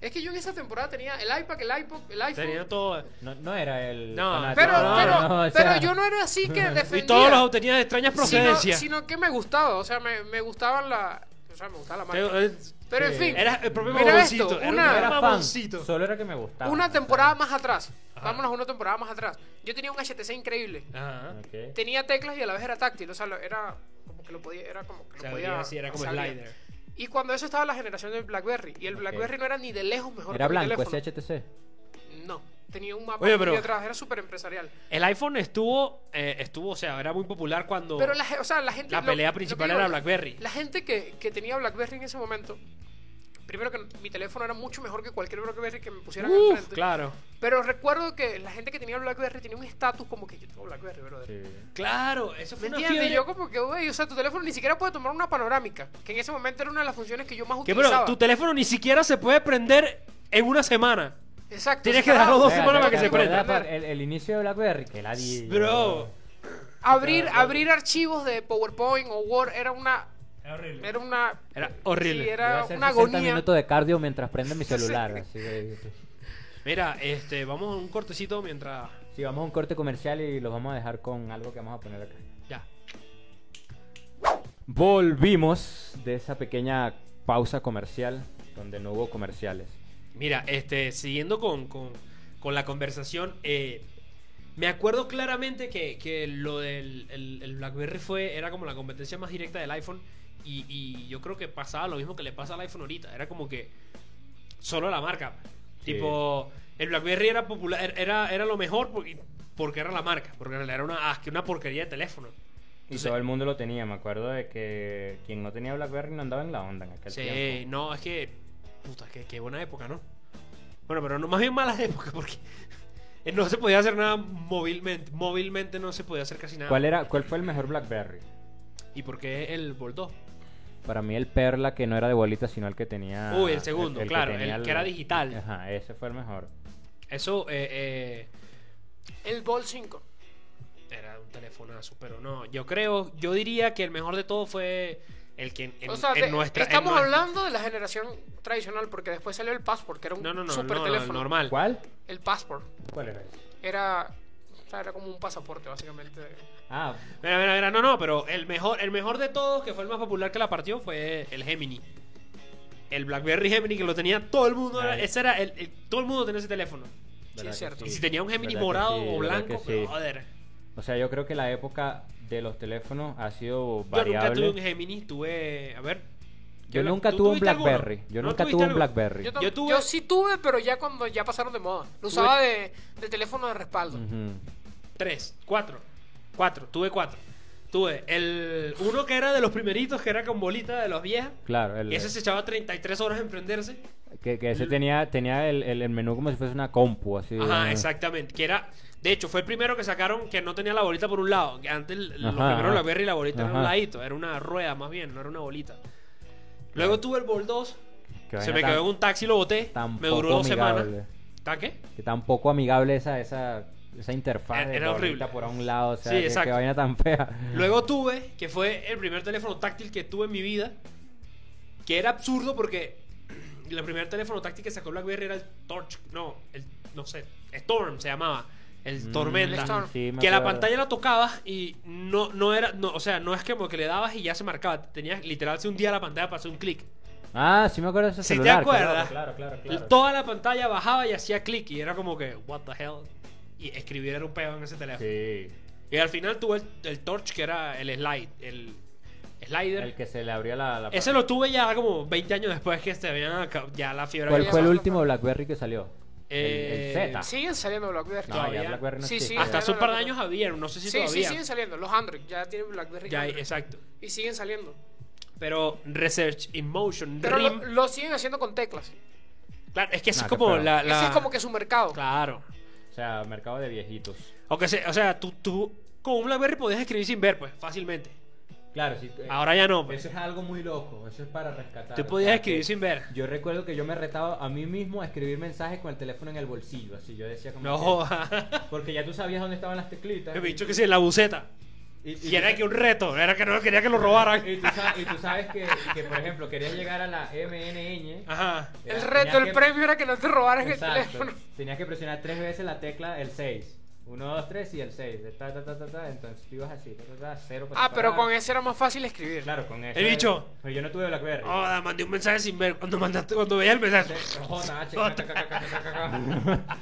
Speaker 2: Es que yo en esa temporada tenía el iPad, el iPod, el iPhone.
Speaker 3: Tenía todo...
Speaker 1: No, no era el...
Speaker 3: No.
Speaker 1: fanático,
Speaker 2: Pero,
Speaker 3: No,
Speaker 2: pero,
Speaker 1: no, o
Speaker 2: pero
Speaker 1: sea,
Speaker 2: yo no era así
Speaker 1: [laughs]
Speaker 2: que defendía.
Speaker 3: Y todos los obtenía de extrañas
Speaker 2: sino,
Speaker 3: procedencias.
Speaker 2: sino que me gustaba, o sea, me, me gustaban la. O sea, me gustaba la marca.
Speaker 3: Te- eh,
Speaker 2: Pero en
Speaker 1: sí.
Speaker 2: fin,
Speaker 3: Era el propio
Speaker 2: Mira
Speaker 3: mamoncito.
Speaker 2: esto,
Speaker 3: era un
Speaker 2: una-
Speaker 1: no
Speaker 3: gran
Speaker 1: era fan,
Speaker 3: mamoncito.
Speaker 1: Solo era que me gustaba.
Speaker 2: una
Speaker 1: o sea.
Speaker 2: temporada más atrás.
Speaker 3: Ajá.
Speaker 2: Vámonos a una temporada más atrás. Yo tenía un HTC increíble.
Speaker 3: Ajá.
Speaker 1: Ok.
Speaker 2: Tenía teclas y a la vez era táctil, o sea, lo- era como que lo podía, era como que
Speaker 3: O
Speaker 2: lo
Speaker 3: sea,
Speaker 2: podía.
Speaker 3: así, era como
Speaker 2: se abría.
Speaker 3: slider.
Speaker 2: Y cuando eso estaba la generación del BlackBerry y el
Speaker 1: Ok.
Speaker 2: BlackBerry no era ni de lejos mejor
Speaker 1: Era
Speaker 2: que el
Speaker 1: blanco ese
Speaker 2: teléfono.
Speaker 1: HTC.
Speaker 2: No, tenía un mapa
Speaker 3: Oye,
Speaker 2: muy
Speaker 3: pero-
Speaker 2: atrás, era súper empresarial.
Speaker 3: El iPhone estuvo, eh, estuvo, o sea, era muy popular cuando
Speaker 2: Pero la, ge- o sea, la gente
Speaker 3: la
Speaker 2: lo-
Speaker 3: pelea
Speaker 2: lo que
Speaker 3: principal
Speaker 2: digo,
Speaker 3: era BlackBerry.
Speaker 2: La gente que, que tenía BlackBerry en ese momento, primero que mi teléfono era mucho mejor que cualquier BlackBerry que me pusieran
Speaker 3: Uf,
Speaker 2: enfrente.
Speaker 3: claro.
Speaker 2: Pero recuerdo que la gente que tenía BlackBerry tenía un estatus como que yo tengo BlackBerry, brother.
Speaker 1: Sí.
Speaker 3: Claro, eso
Speaker 2: ¿Me
Speaker 3: fue una
Speaker 2: entiendes?
Speaker 3: fiebre.
Speaker 2: Yo como que, güey, o sea, tu teléfono ni siquiera puede tomar una panorámica, que en ese momento era una de las funciones que yo más
Speaker 3: Que
Speaker 2: utilizaba.
Speaker 3: bro, tu teléfono ni siquiera se puede prender en una semana.
Speaker 2: Exacto.
Speaker 3: tienes
Speaker 2: está
Speaker 3: que dejarlo
Speaker 2: dado.
Speaker 3: Dos
Speaker 1: Vea,
Speaker 3: semanas
Speaker 1: ¿te
Speaker 3: para que se
Speaker 1: acuerdas
Speaker 2: prenda.
Speaker 1: por El, el inicio de BlackBerry, que la di.
Speaker 3: Bro.
Speaker 2: Abrir, abrir archivos de PowerPoint o Word era una...
Speaker 3: Era horrible.
Speaker 2: Era una...
Speaker 3: Era horrible.
Speaker 2: Sí,
Speaker 1: Iba a
Speaker 2: era
Speaker 1: hacer 60
Speaker 2: una agonía.
Speaker 1: minutos de cardio mientras prende mi celular. así de-
Speaker 3: Mira, este, vamos a un cortecito mientras
Speaker 1: Sí, vamos a un corte comercial y los vamos a dejar con algo que vamos a poner acá.
Speaker 3: ya.
Speaker 1: Volvimos de esa pequeña pausa comercial donde no hubo comerciales.
Speaker 3: Mira, este, siguiendo con, con- con la conversación, eh, me acuerdo claramente que, que lo del el- el BlackBerry fue, era como la competencia más directa del iPhone. Y, y yo creo que pasaba lo mismo que le pasa al iPhone ahorita. Era como que solo la marca.
Speaker 1: Sí.
Speaker 3: Tipo, el BlackBerry era popular, er- era, era lo mejor porque, porque era la marca. Porque en realidad era una, ah, que una porquería de teléfono.
Speaker 1: Y
Speaker 3: Entonces-
Speaker 1: todo el mundo lo tenía. Me acuerdo de que quien no tenía BlackBerry no andaba en la onda en aquel
Speaker 3: Sí,
Speaker 1: tiempo.
Speaker 3: no, es que. Puta, qué, qué buena época, ¿no? Bueno, pero no, más bien [laughs] mala época, porque no se podía hacer nada móvilmente. Móvilmente no se podía hacer casi nada.
Speaker 1: ¿Cuál, era, ¿Cuál fue el mejor BlackBerry?
Speaker 3: ¿Y por qué el Volto?
Speaker 1: Para mí el Perla, que no era de bolita, sino el que tenía...
Speaker 3: Uy, el segundo, claro,
Speaker 1: tenía
Speaker 3: el que era digital.
Speaker 1: Ajá, ese fue el mejor.
Speaker 3: Eso eh,
Speaker 2: El Ball 5.
Speaker 3: eh, era un telefonazo, pero no. Yo creo, yo diría que el mejor de todo fue el que en, en-
Speaker 2: o sea,
Speaker 3: en
Speaker 2: te-
Speaker 3: nuestra. en
Speaker 2: estamos
Speaker 3: nuestra-
Speaker 2: hablando de la generación tradicional porque después salió el Passport, que era un
Speaker 3: No, no, no,
Speaker 2: super
Speaker 3: no, no,
Speaker 2: teléfono.
Speaker 3: normal.
Speaker 1: ¿Cuál?
Speaker 2: El Passport
Speaker 1: ¿Cuál era ese?
Speaker 2: era, o sea, era como un pasaporte, básicamente.
Speaker 1: Ah,
Speaker 3: Mira, mira, mira, no, no, pero el mejor, el mejor de todos, que fue el más popular que la partió, fue el Gemini. El BlackBerry Gemini que lo tenía todo el mundo. era-
Speaker 1: Ay.
Speaker 3: ese era el, el- todo el mundo tenía ese teléfono.
Speaker 1: ¿verdad que
Speaker 2: cierto.
Speaker 3: Y si tenía un Gemini
Speaker 1: ¿Verdad que
Speaker 3: morado
Speaker 1: sí?
Speaker 3: o
Speaker 1: ¿Verdad que
Speaker 3: blanco,
Speaker 1: sí?
Speaker 3: pero joder.
Speaker 1: O sea, yo creo que la época de los teléfonos ha sido
Speaker 3: Yo nunca tuve
Speaker 1: variable.
Speaker 3: un Gemini, tuve. A ver.
Speaker 1: Yo
Speaker 3: la-
Speaker 1: nunca
Speaker 3: ¿tú
Speaker 1: tuve un
Speaker 3: tuviste alguno?
Speaker 1: Blackberry. Yo
Speaker 3: ¿No
Speaker 1: nunca
Speaker 3: tuviste
Speaker 1: tuve un
Speaker 3: algo?
Speaker 1: Blackberry.
Speaker 2: Yo, tam-
Speaker 3: Yo tuve-
Speaker 2: yo sí tuve, pero ya cuando ya pasaron de moda. Lo usaba de, de teléfono de respaldo.
Speaker 1: Ujú.
Speaker 3: Tres, cuatro. Cuatro, tuve cuatro. Tuve el uno que era de los primeritos, que era con bolita de las viejas.
Speaker 1: Claro, el-
Speaker 3: Ese se echaba 33 horas en prenderse.
Speaker 1: que, que ese tenía, tenía el, el- el menú como si fuese una compu, así.
Speaker 3: Ajá,
Speaker 1: eh,
Speaker 3: exactamente. Que era, de hecho, fue el primero que sacaron que no tenía la bolita por un lado. Que antes el- los
Speaker 1: Ajá,
Speaker 3: primeros
Speaker 1: ajá.
Speaker 3: la berry y la bolita era un
Speaker 1: Ajá.
Speaker 3: ladito, era una rueda más bien, no era una bolita. Luego tuve el Bol 2,
Speaker 1: que
Speaker 3: se
Speaker 1: vaina
Speaker 3: me
Speaker 1: tan-
Speaker 3: quedó en un taxi, lo boté,
Speaker 1: tan
Speaker 3: me
Speaker 1: poco
Speaker 3: duró dos semanas.
Speaker 1: amigable.
Speaker 3: ¿Está qué?
Speaker 1: Que tampoco amigable esa, esa, esa interfaz.
Speaker 3: Era-
Speaker 1: de
Speaker 3: era horrible.
Speaker 1: bolita Por un lado, o sea,
Speaker 3: Sí,
Speaker 1: que- que,
Speaker 3: exacto.
Speaker 1: vaina tan fea.
Speaker 3: Luego tuve, que fue el primer teléfono táctil que tuve en mi vida, que era absurdo porque el primer teléfono táctil que sacó BlackBerry era el Torch, no, el, no sé, Storm se llamaba, el
Speaker 1: Mm,
Speaker 3: Tormenta.
Speaker 2: el Storm.
Speaker 1: sí, me
Speaker 3: que la
Speaker 1: acuerdo.
Speaker 3: pantalla la tocabas y no, no era, no, o sea, no es que como que le dabas y ya se marcaba, tenías literal se hundía la pantalla para hacer un clic.
Speaker 1: Ah, sí me acuerdo de ese
Speaker 3: Sí, te
Speaker 1: celular. claro,
Speaker 3: acuerdas.
Speaker 1: Claro, claro,
Speaker 3: Y
Speaker 1: claro.
Speaker 3: Toda la pantalla bajaba y hacía clic y era como que, what the hell. Y escribir era un pedo en ese teléfono.
Speaker 1: Sí.
Speaker 3: Y al final tuve el, el Torch, que era el slide, el slider.
Speaker 1: El que se le abría la. la
Speaker 3: Ese lo tuve ya como 20 años después que se habían acab- ya la fiebre.
Speaker 1: ¿Cuál
Speaker 3: había
Speaker 1: fue el
Speaker 3: pasado.
Speaker 1: último Blackberry que salió?
Speaker 3: Eh,
Speaker 1: el, el Z.
Speaker 2: Siguen saliendo Blackberry.
Speaker 1: No,
Speaker 3: todavía.
Speaker 1: ya Blackberry no
Speaker 2: Sí, sí,
Speaker 1: existe.
Speaker 3: Hasta hace un par de años
Speaker 2: Sí,
Speaker 3: había, no sé si
Speaker 2: sí,
Speaker 3: todavía.
Speaker 2: siguen saliendo. Los Android ya tienen Blackberry.
Speaker 3: ya,
Speaker 2: Android.
Speaker 3: exacto.
Speaker 2: Y siguen saliendo.
Speaker 3: Pero Research in Motion,
Speaker 2: Pero
Speaker 3: RIM,
Speaker 2: lo, lo siguen haciendo con teclas.
Speaker 3: claro, es que eso
Speaker 1: Ah,
Speaker 3: es
Speaker 1: qué
Speaker 3: como
Speaker 1: feo.
Speaker 3: la, la-
Speaker 2: Ese es como que su mercado.
Speaker 3: Claro.
Speaker 1: O sea, mercado de viejitos.
Speaker 3: Aunque se- o sea, tú, tú con un BlackBerry podías escribir sin ver, pues, fácilmente.
Speaker 1: Claro, sí. eh,
Speaker 3: Ahora ya no, pues.
Speaker 1: Eso es algo muy loco. Eso es para rescatar.
Speaker 3: Tú
Speaker 1: o
Speaker 3: podías
Speaker 1: sea,
Speaker 3: escribir
Speaker 1: que-
Speaker 3: sin ver.
Speaker 1: Yo recuerdo que yo me retaba a mí mismo a escribir mensajes con el teléfono en el bolsillo. Así yo decía como.
Speaker 3: No
Speaker 1: que- [laughs]
Speaker 3: joda.
Speaker 1: Porque ya tú sabías dónde estaban las teclitas.
Speaker 3: Me he dicho que sí, en la buceta.
Speaker 1: Y, y-
Speaker 3: Y era que un reto, era que no quería que lo robaran.
Speaker 1: y tú sa- y tú sabes que, que, por ejemplo, querías llegar a la MNN.
Speaker 3: Ajá.
Speaker 2: Ah, El reto, el premio era que no te robaran el
Speaker 1: Exacto.
Speaker 2: teléfono.
Speaker 1: Tenías que presionar tres veces la tecla, el 6. 1, 2, 3 y el 6. Ta, ta, ta, ta, ta. Entonces tú ibas así, ta, ta, ta, cero para
Speaker 2: Ah,
Speaker 3: Pues,
Speaker 2: pero
Speaker 1: separar.
Speaker 2: con ese era más fácil escribir.
Speaker 1: Claro, con eso.
Speaker 3: El
Speaker 1: era-
Speaker 3: bicho.
Speaker 1: Pero yo no tuve Blackberry.
Speaker 3: Joda, mandé un mensaje sin ver. Cuando mandaste, cuando veía el mensaje.
Speaker 1: J, H, K, K, K, K, K, K, K.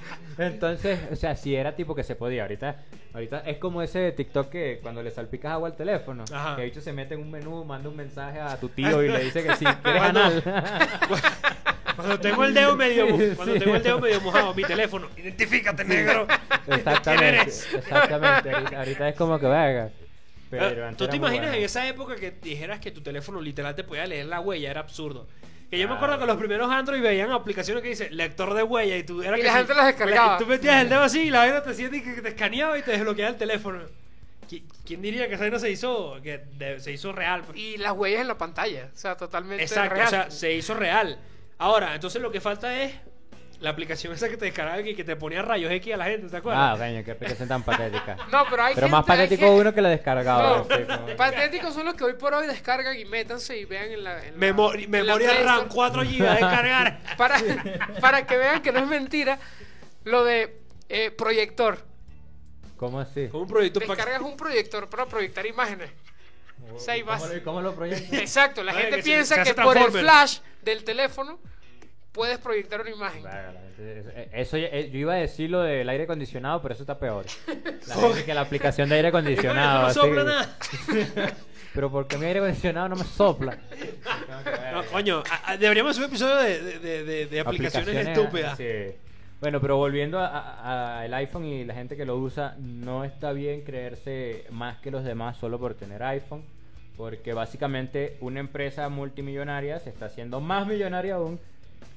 Speaker 1: Entonces, o sea, si era tipo que se podía. Ahorita, ahorita es como ese de TikTok que cuando le salpicas agua al teléfono,
Speaker 3: Ajá.
Speaker 1: que el bicho se mete en un menú, manda un mensaje a tu tío y le dice que sí, quieres
Speaker 3: [laughs]
Speaker 1: ganar.
Speaker 3: Cuando tengo el dedo medio,
Speaker 1: Sí, sí.
Speaker 3: cuando tengo el dedo medio mojado, mi teléfono. Identifícate, negro.
Speaker 1: [laughs]
Speaker 3: ¿Quién
Speaker 1: Exactamente,
Speaker 3: eres?
Speaker 1: exactamente. Ahorita, ahorita es como que verga. Pero antes
Speaker 3: Ah, ¿Tú te
Speaker 1: era muy
Speaker 3: imaginas
Speaker 1: bueno.
Speaker 3: en esa época que dijeras que tu teléfono literal te podía leer la huella? Era absurdo. Que yo me acuerdo
Speaker 1: Claro.
Speaker 3: que los primeros Android veían aplicaciones que dice lector de huella y tú era
Speaker 2: Y
Speaker 3: que
Speaker 2: la
Speaker 3: sí.
Speaker 2: gente las descargaba.
Speaker 3: Y Tú metías el dedo así y la vaina te hacía y que te escaneaba y te desbloqueaba el teléfono. ¿Qui- ¿Quién diría que esa vaina se hizo, que de- se hizo real? pues?
Speaker 2: Y las huellas en la pantalla. O sea, totalmente
Speaker 3: Exacto,
Speaker 2: real.
Speaker 3: o sea, se hizo real. Ahora, entonces lo que falta es la aplicación esa que te descargaba y que te ponía rayos X a la gente, ¿te
Speaker 1: Ah,
Speaker 3: acuerdas?
Speaker 1: coño, qué aplicación tan
Speaker 3: [laughs]
Speaker 1: patética.
Speaker 2: no, pero hay
Speaker 1: Pero más
Speaker 2: gente- hay
Speaker 1: patético
Speaker 2: gente-
Speaker 1: uno que la descargaba.
Speaker 2: No,
Speaker 1: así como-
Speaker 2: patéticos son los que hoy por hoy descargan y métanse y vean en la. en la-
Speaker 3: Memori-
Speaker 2: en la
Speaker 3: memoria
Speaker 2: Play
Speaker 3: RAM
Speaker 2: Store.
Speaker 3: 4 GB de cargar.
Speaker 1: [laughs]
Speaker 2: Para, [laughs] para que vean que no es mentira lo de eh, proyector.
Speaker 1: ¿Cómo así?
Speaker 3: Con un proyecto para [laughs]
Speaker 2: Descargas un proyector para proyectar imágenes. sea, y
Speaker 1: ¿Cómo
Speaker 2: vas-
Speaker 1: lo- ¿Cómo lo proyectas?
Speaker 2: Exacto, la
Speaker 3: Oye,
Speaker 2: gente
Speaker 3: que se-
Speaker 2: piensa
Speaker 3: se hace
Speaker 2: que por el
Speaker 3: Transformer.
Speaker 2: flash del teléfono puedes proyectar una imagen.
Speaker 1: Verga, la gente- eso- eh, Eso, ya- eh, yo iba a decir lo del aire acondicionado, pero eso está peor.
Speaker 3: [laughs]
Speaker 1: La gente que la aplicación de aire acondicionado.
Speaker 3: no
Speaker 1: así
Speaker 3: sopla
Speaker 1: que-
Speaker 3: nada.
Speaker 1: Pero porque mi aire acondicionado no me
Speaker 3: [laughs]
Speaker 1: sopla.
Speaker 3: No, coño, a- a- deberíamos hacer un episodio de, de- de- de- de aplicaciones, estúpidas.
Speaker 1: sí. Bueno, pero volviendo a- a- al iPhone y la gente que lo usa, no está bien creerse más que los demás solo por tener iPhone, porque básicamente una empresa multimillonaria se está haciendo más millonaria aún.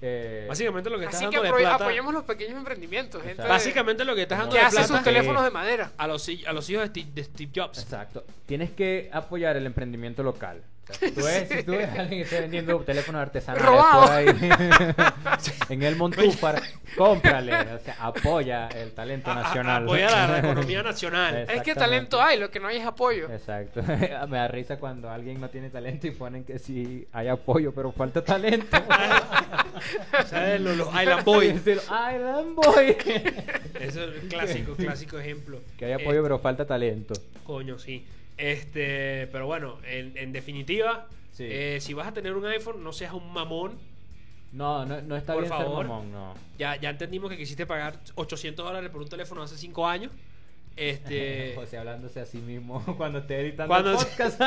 Speaker 1: eh,
Speaker 3: Básicamente lo que estás
Speaker 2: Así que
Speaker 3: dando de
Speaker 2: apro-
Speaker 3: plata.
Speaker 2: apoyemos los pequeños emprendimientos. Gente
Speaker 1: Exacto.
Speaker 3: Básicamente lo que estás
Speaker 1: Como
Speaker 3: dando
Speaker 2: que
Speaker 3: de
Speaker 2: hace
Speaker 3: plata
Speaker 2: sus teléfonos de madera.
Speaker 3: a los, hi- a los hijos de Steve, de Steve Jobs.
Speaker 1: Exacto. Tienes que apoyar el emprendimiento local. O sea, tú ves, si tú ves a alguien que esté vendiendo teléfonos artesanales
Speaker 2: Robado.
Speaker 1: por ahí [laughs] en el Montúfar, cómprale. O sea, apoya el talento
Speaker 3: A- a-
Speaker 1: nacional.
Speaker 3: apoyar
Speaker 1: [laughs]
Speaker 3: a la economía nacional.
Speaker 1: Exacto.
Speaker 2: Es que
Speaker 1: Exactamente.
Speaker 2: talento hay, lo que no hay es apoyo.
Speaker 1: Exacto. [laughs] Me da risa cuando alguien no tiene talento y ponen que sí hay apoyo, pero falta
Speaker 3: [laughs]
Speaker 1: talento.
Speaker 3: Ah, ¿Sabes? Los, los Island
Speaker 1: Y [laughs]
Speaker 3: Boys.
Speaker 1: decir, Island Boy.
Speaker 3: Eso es un clásico, clásico ejemplo.
Speaker 1: [laughs] que hay
Speaker 3: Eh,
Speaker 1: apoyo, pero falta talento.
Speaker 3: Coño, sí. Este, pero bueno, en, en definitiva,
Speaker 1: Sí.
Speaker 3: eh, si vas a tener un iPhone, no seas un mamón.
Speaker 1: No, no, no está
Speaker 3: Por
Speaker 1: bien
Speaker 3: favor.
Speaker 1: ser mamón, no.
Speaker 3: Ya, ya entendimos que quisiste pagar 800 dólares por un teléfono hace 5 años.
Speaker 1: [laughs]
Speaker 3: Este, [laughs]
Speaker 1: José hablándose a sí mismo [laughs] cuando esté editando
Speaker 3: Cuando-
Speaker 1: el
Speaker 3: [laughs]
Speaker 1: podcast.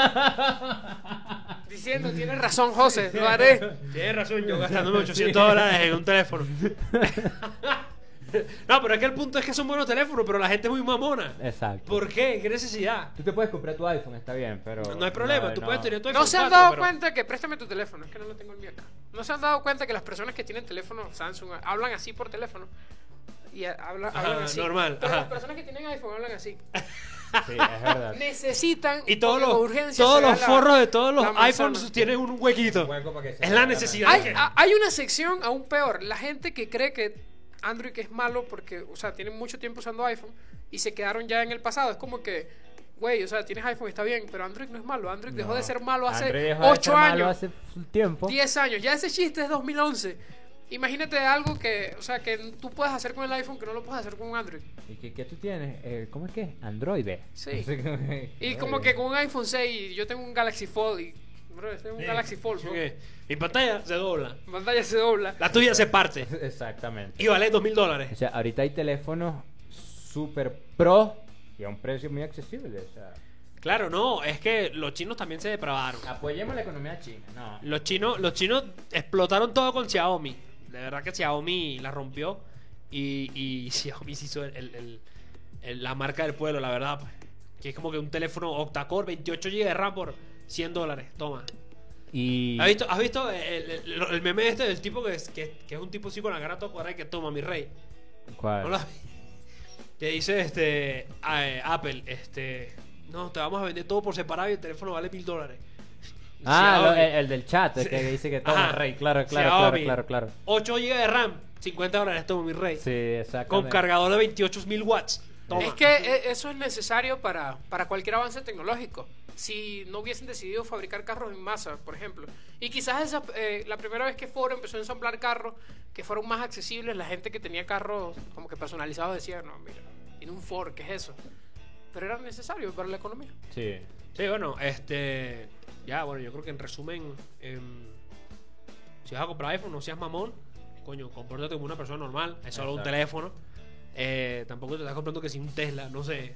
Speaker 1: [laughs]
Speaker 2: Diciendo, tienes razón, José, lo
Speaker 3: [laughs]
Speaker 2: haré.
Speaker 3: Tienes razón,
Speaker 1: [laughs]
Speaker 3: yo gastándome 800 dólares en un teléfono. [laughs] no, pero es que el punto es que son buenos teléfonos, pero la gente es muy mamona.
Speaker 1: Exacto.
Speaker 3: ¿Por qué? ¿Qué necesidad?
Speaker 1: Tú te puedes comprar tu iPhone, está bien, pero.
Speaker 3: No hay problema,
Speaker 1: no,
Speaker 3: tú
Speaker 1: no.
Speaker 3: puedes tener tu
Speaker 2: No
Speaker 3: iPhone
Speaker 2: se han
Speaker 3: 4,
Speaker 2: dado
Speaker 3: pero-
Speaker 2: cuenta que préstame tu teléfono, es que no lo tengo el mío acá. No se han dado cuenta que las personas que tienen teléfono Samsung hablan así por teléfono. Y ha- habla-
Speaker 3: Ajá,
Speaker 2: hablan así.
Speaker 3: normal,
Speaker 2: Pero
Speaker 3: ajá. Ah.
Speaker 2: las personas que tienen iPhone hablan así.
Speaker 1: Sí, es
Speaker 3: [laughs]
Speaker 1: verdad.
Speaker 2: Necesitan
Speaker 3: Y todos
Speaker 2: porque
Speaker 3: los,
Speaker 2: con urgencia
Speaker 3: todos
Speaker 2: se da
Speaker 3: los
Speaker 2: la-
Speaker 3: forros de todos los
Speaker 2: la manzana.
Speaker 3: iPhones tienen un huequito.
Speaker 1: Un hueco para que se vea
Speaker 3: es la
Speaker 1: la
Speaker 3: necesidad.
Speaker 2: Hay,
Speaker 3: que-
Speaker 2: a- hay una sección aún peor. La gente que cree que Android es malo porque, o sea, tienen mucho tiempo usando iPhone y se quedaron ya en el pasado. Es como que, güey, o sea, tienes iPhone, está bien, pero Android no es malo. Android dejó
Speaker 1: No.
Speaker 2: de ser malo
Speaker 1: Andrés
Speaker 2: hace
Speaker 1: dejó de ser
Speaker 2: 8
Speaker 1: malo
Speaker 2: años,
Speaker 1: Hace tiempo.
Speaker 2: 10 años. Ya ese chiste es 2011. Imagínate algo que, o sea, que tú puedes hacer con el iPhone que no lo puedes hacer con un Android.
Speaker 1: ¿Y qué, qué tú tienes? Eh, ¿Cómo es que? es? Android.
Speaker 2: Sí.
Speaker 1: No sé qué-
Speaker 2: Y como que con un iPhone 6 yo tengo un Galaxy Fold y, bro, este es un
Speaker 3: Sí.
Speaker 2: Galaxy Fold,
Speaker 3: Sí,
Speaker 2: bro.
Speaker 3: que Mi pantalla se dobla.
Speaker 2: Pantalla se dobla.
Speaker 3: La tuya se parte.
Speaker 1: Exactamente.
Speaker 3: Y vale 2 mil
Speaker 1: O
Speaker 3: dólares.
Speaker 1: sea, ahorita hay teléfonos super pro y a un precio muy accesible. O sea,
Speaker 3: Claro, no, es que los chinos también se depravaron.
Speaker 1: apoyemos la economía china. No.
Speaker 3: Los chinos, los chinos explotaron todo con Xiaomi. De verdad que Xiaomi la rompió. Y, y [laughs] Xiaomi se hizo el- el- el- el- la marca del pueblo, la verdad. pues. Que es como que un teléfono octacore, 28 GB de RAM por 100 dólares. Toma.
Speaker 1: Y.
Speaker 3: ¿Has visto, has visto el, el- el meme este del tipo que es, que, que es un tipo así con la cara toda cuadrada y que toma, mi rey?
Speaker 1: ¿Cuál?
Speaker 3: No lo has visto. Que dice este a- eh, Apple, este. No, te vamos a vender todo por separado y el teléfono vale mil dólares.
Speaker 1: Ah, lo-
Speaker 3: Xiaomi.
Speaker 1: el, el del chat, el que dice que toma
Speaker 3: Ajá.
Speaker 1: rey. Claro, claro,
Speaker 3: Xiaomi.
Speaker 1: claro, claro, claro.
Speaker 3: 8 GB de RAM, 50 dólares, toma mi rey.
Speaker 1: Sí, exactamente.
Speaker 3: Con cargador de 28 mil watts. Toma.
Speaker 2: Es que e- eso es necesario para, para cualquier avance tecnológico. Si no hubiesen decidido fabricar carros en masa, por ejemplo. Y quizás esa, eh, la primera vez que Ford empezó a ensamblar carros que fueron más accesibles, la gente que tenía carros como que personalizados decía, no, mira, tiene un Ford, ¿qué es eso? Pero era necesario para la economía.
Speaker 1: Sí.
Speaker 3: Sí, bueno, este. Ya, bueno, yo creo que en resumen. em, si vas a comprar iPhone, no seas mamón. Coño, compórtate como una persona normal. Es solo un
Speaker 1: Exacto.
Speaker 3: teléfono. Eh, tampoco te estás comprando que si un Tesla, no sé.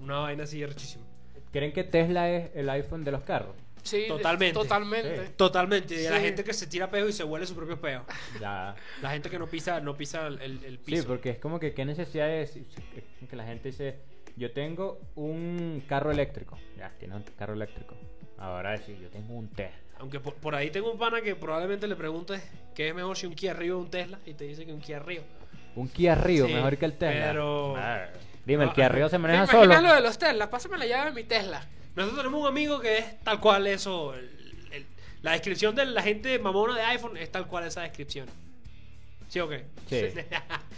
Speaker 3: Una vaina así rechísima.
Speaker 1: ¿Creen que Tesla es el iPhone de los carros?
Speaker 2: Sí, de-
Speaker 3: Totalmente.
Speaker 2: Totalmente.
Speaker 1: Sí.
Speaker 3: Totalmente. Y la
Speaker 2: Sí.
Speaker 3: gente que se tira peo y se huele su propio peo.
Speaker 1: Ya.
Speaker 3: La gente que no pisa, no pisa el, el- el
Speaker 1: Sí,
Speaker 3: piso.
Speaker 1: porque es como que qué necesidad es si- si- que la gente dice, yo tengo un carro eléctrico. Ya, tiene un carro eléctrico. Ahora sí, yo tengo un Tesla.
Speaker 3: Aunque por, por ahí tengo un pana que probablemente le preguntes qué es mejor si un Kia Rio o un Tesla. Y te dice que un Kia Rio.
Speaker 1: Un Kia Rio,
Speaker 3: Sí,
Speaker 1: mejor que el Tesla.
Speaker 3: pero-
Speaker 1: Ah, Dime,
Speaker 3: Ah,
Speaker 1: el Kia Rio se
Speaker 2: ¿Te
Speaker 1: maneja
Speaker 2: imaginas
Speaker 1: solo.
Speaker 2: lo de los Tesla? Pásame la llave de mi Tesla.
Speaker 3: Nosotros tenemos un amigo que es tal cual eso. el- el- la descripción de la gente mamona de iPhone es tal cual esa descripción. ¿Sí o
Speaker 1: Sí.
Speaker 3: qué?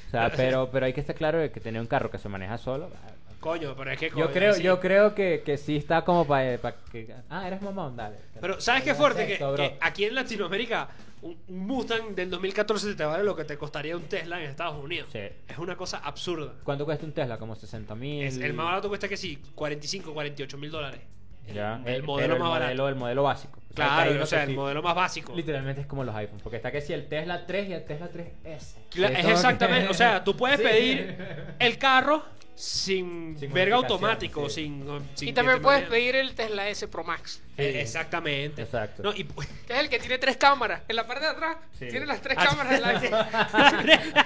Speaker 1: O sea, pero, pero hay que estar claro de que tener un carro que se maneja solo. ah,
Speaker 3: [laughs] Coño, pero es que. coño,
Speaker 1: Yo creo,
Speaker 3: sí.
Speaker 1: yo creo que, que sí está como para que. Ah, eres mamón, dale.
Speaker 3: Pero ¿sabes qué
Speaker 1: Eres
Speaker 3: fuerte? Que,
Speaker 1: esto, bro.
Speaker 3: que aquí en Latinoamérica, un un Mustang del 2014 te vale lo que te costaría un Tesla en Estados Unidos.
Speaker 1: Sí.
Speaker 3: Es una cosa absurda.
Speaker 1: ¿Cuánto cuesta un Tesla? Como 60 mil.
Speaker 3: Es- el más barato cuesta que sí, 45, 48 mil dólares. El,
Speaker 1: Ya,
Speaker 3: el
Speaker 1: eh,
Speaker 3: modelo
Speaker 1: pero
Speaker 3: más
Speaker 1: el
Speaker 3: barato.
Speaker 1: modelo, el modelo básico. O sea, que hay
Speaker 3: Claro,
Speaker 1: uno
Speaker 3: o sea,
Speaker 1: que
Speaker 3: el
Speaker 1: sí,
Speaker 3: modelo más básico.
Speaker 1: Literalmente es como los iPhones, porque está que si el Tesla 3 y el Tesla 3S.
Speaker 3: Cla-
Speaker 1: Sí,
Speaker 3: es
Speaker 1: como que-
Speaker 3: exactamente, o sea, tú
Speaker 1: [laughs]
Speaker 3: puedes
Speaker 1: Sí.
Speaker 3: pedir el carro sin,
Speaker 1: Sin modificación,
Speaker 3: verga automático,
Speaker 1: sí.
Speaker 3: sin, sin
Speaker 2: y
Speaker 3: que
Speaker 2: también
Speaker 3: te
Speaker 2: puedes
Speaker 3: manejen.
Speaker 2: pedir el Tesla S Pro Max.
Speaker 3: Eh, exactamente.
Speaker 1: Exacto.
Speaker 3: No, y pu- [laughs]
Speaker 2: Que es el que tiene tres cámaras. En la parte de atrás
Speaker 1: Sí.
Speaker 2: tiene las tres
Speaker 3: Ah,
Speaker 2: cámaras.
Speaker 1: [laughs]
Speaker 2: en la-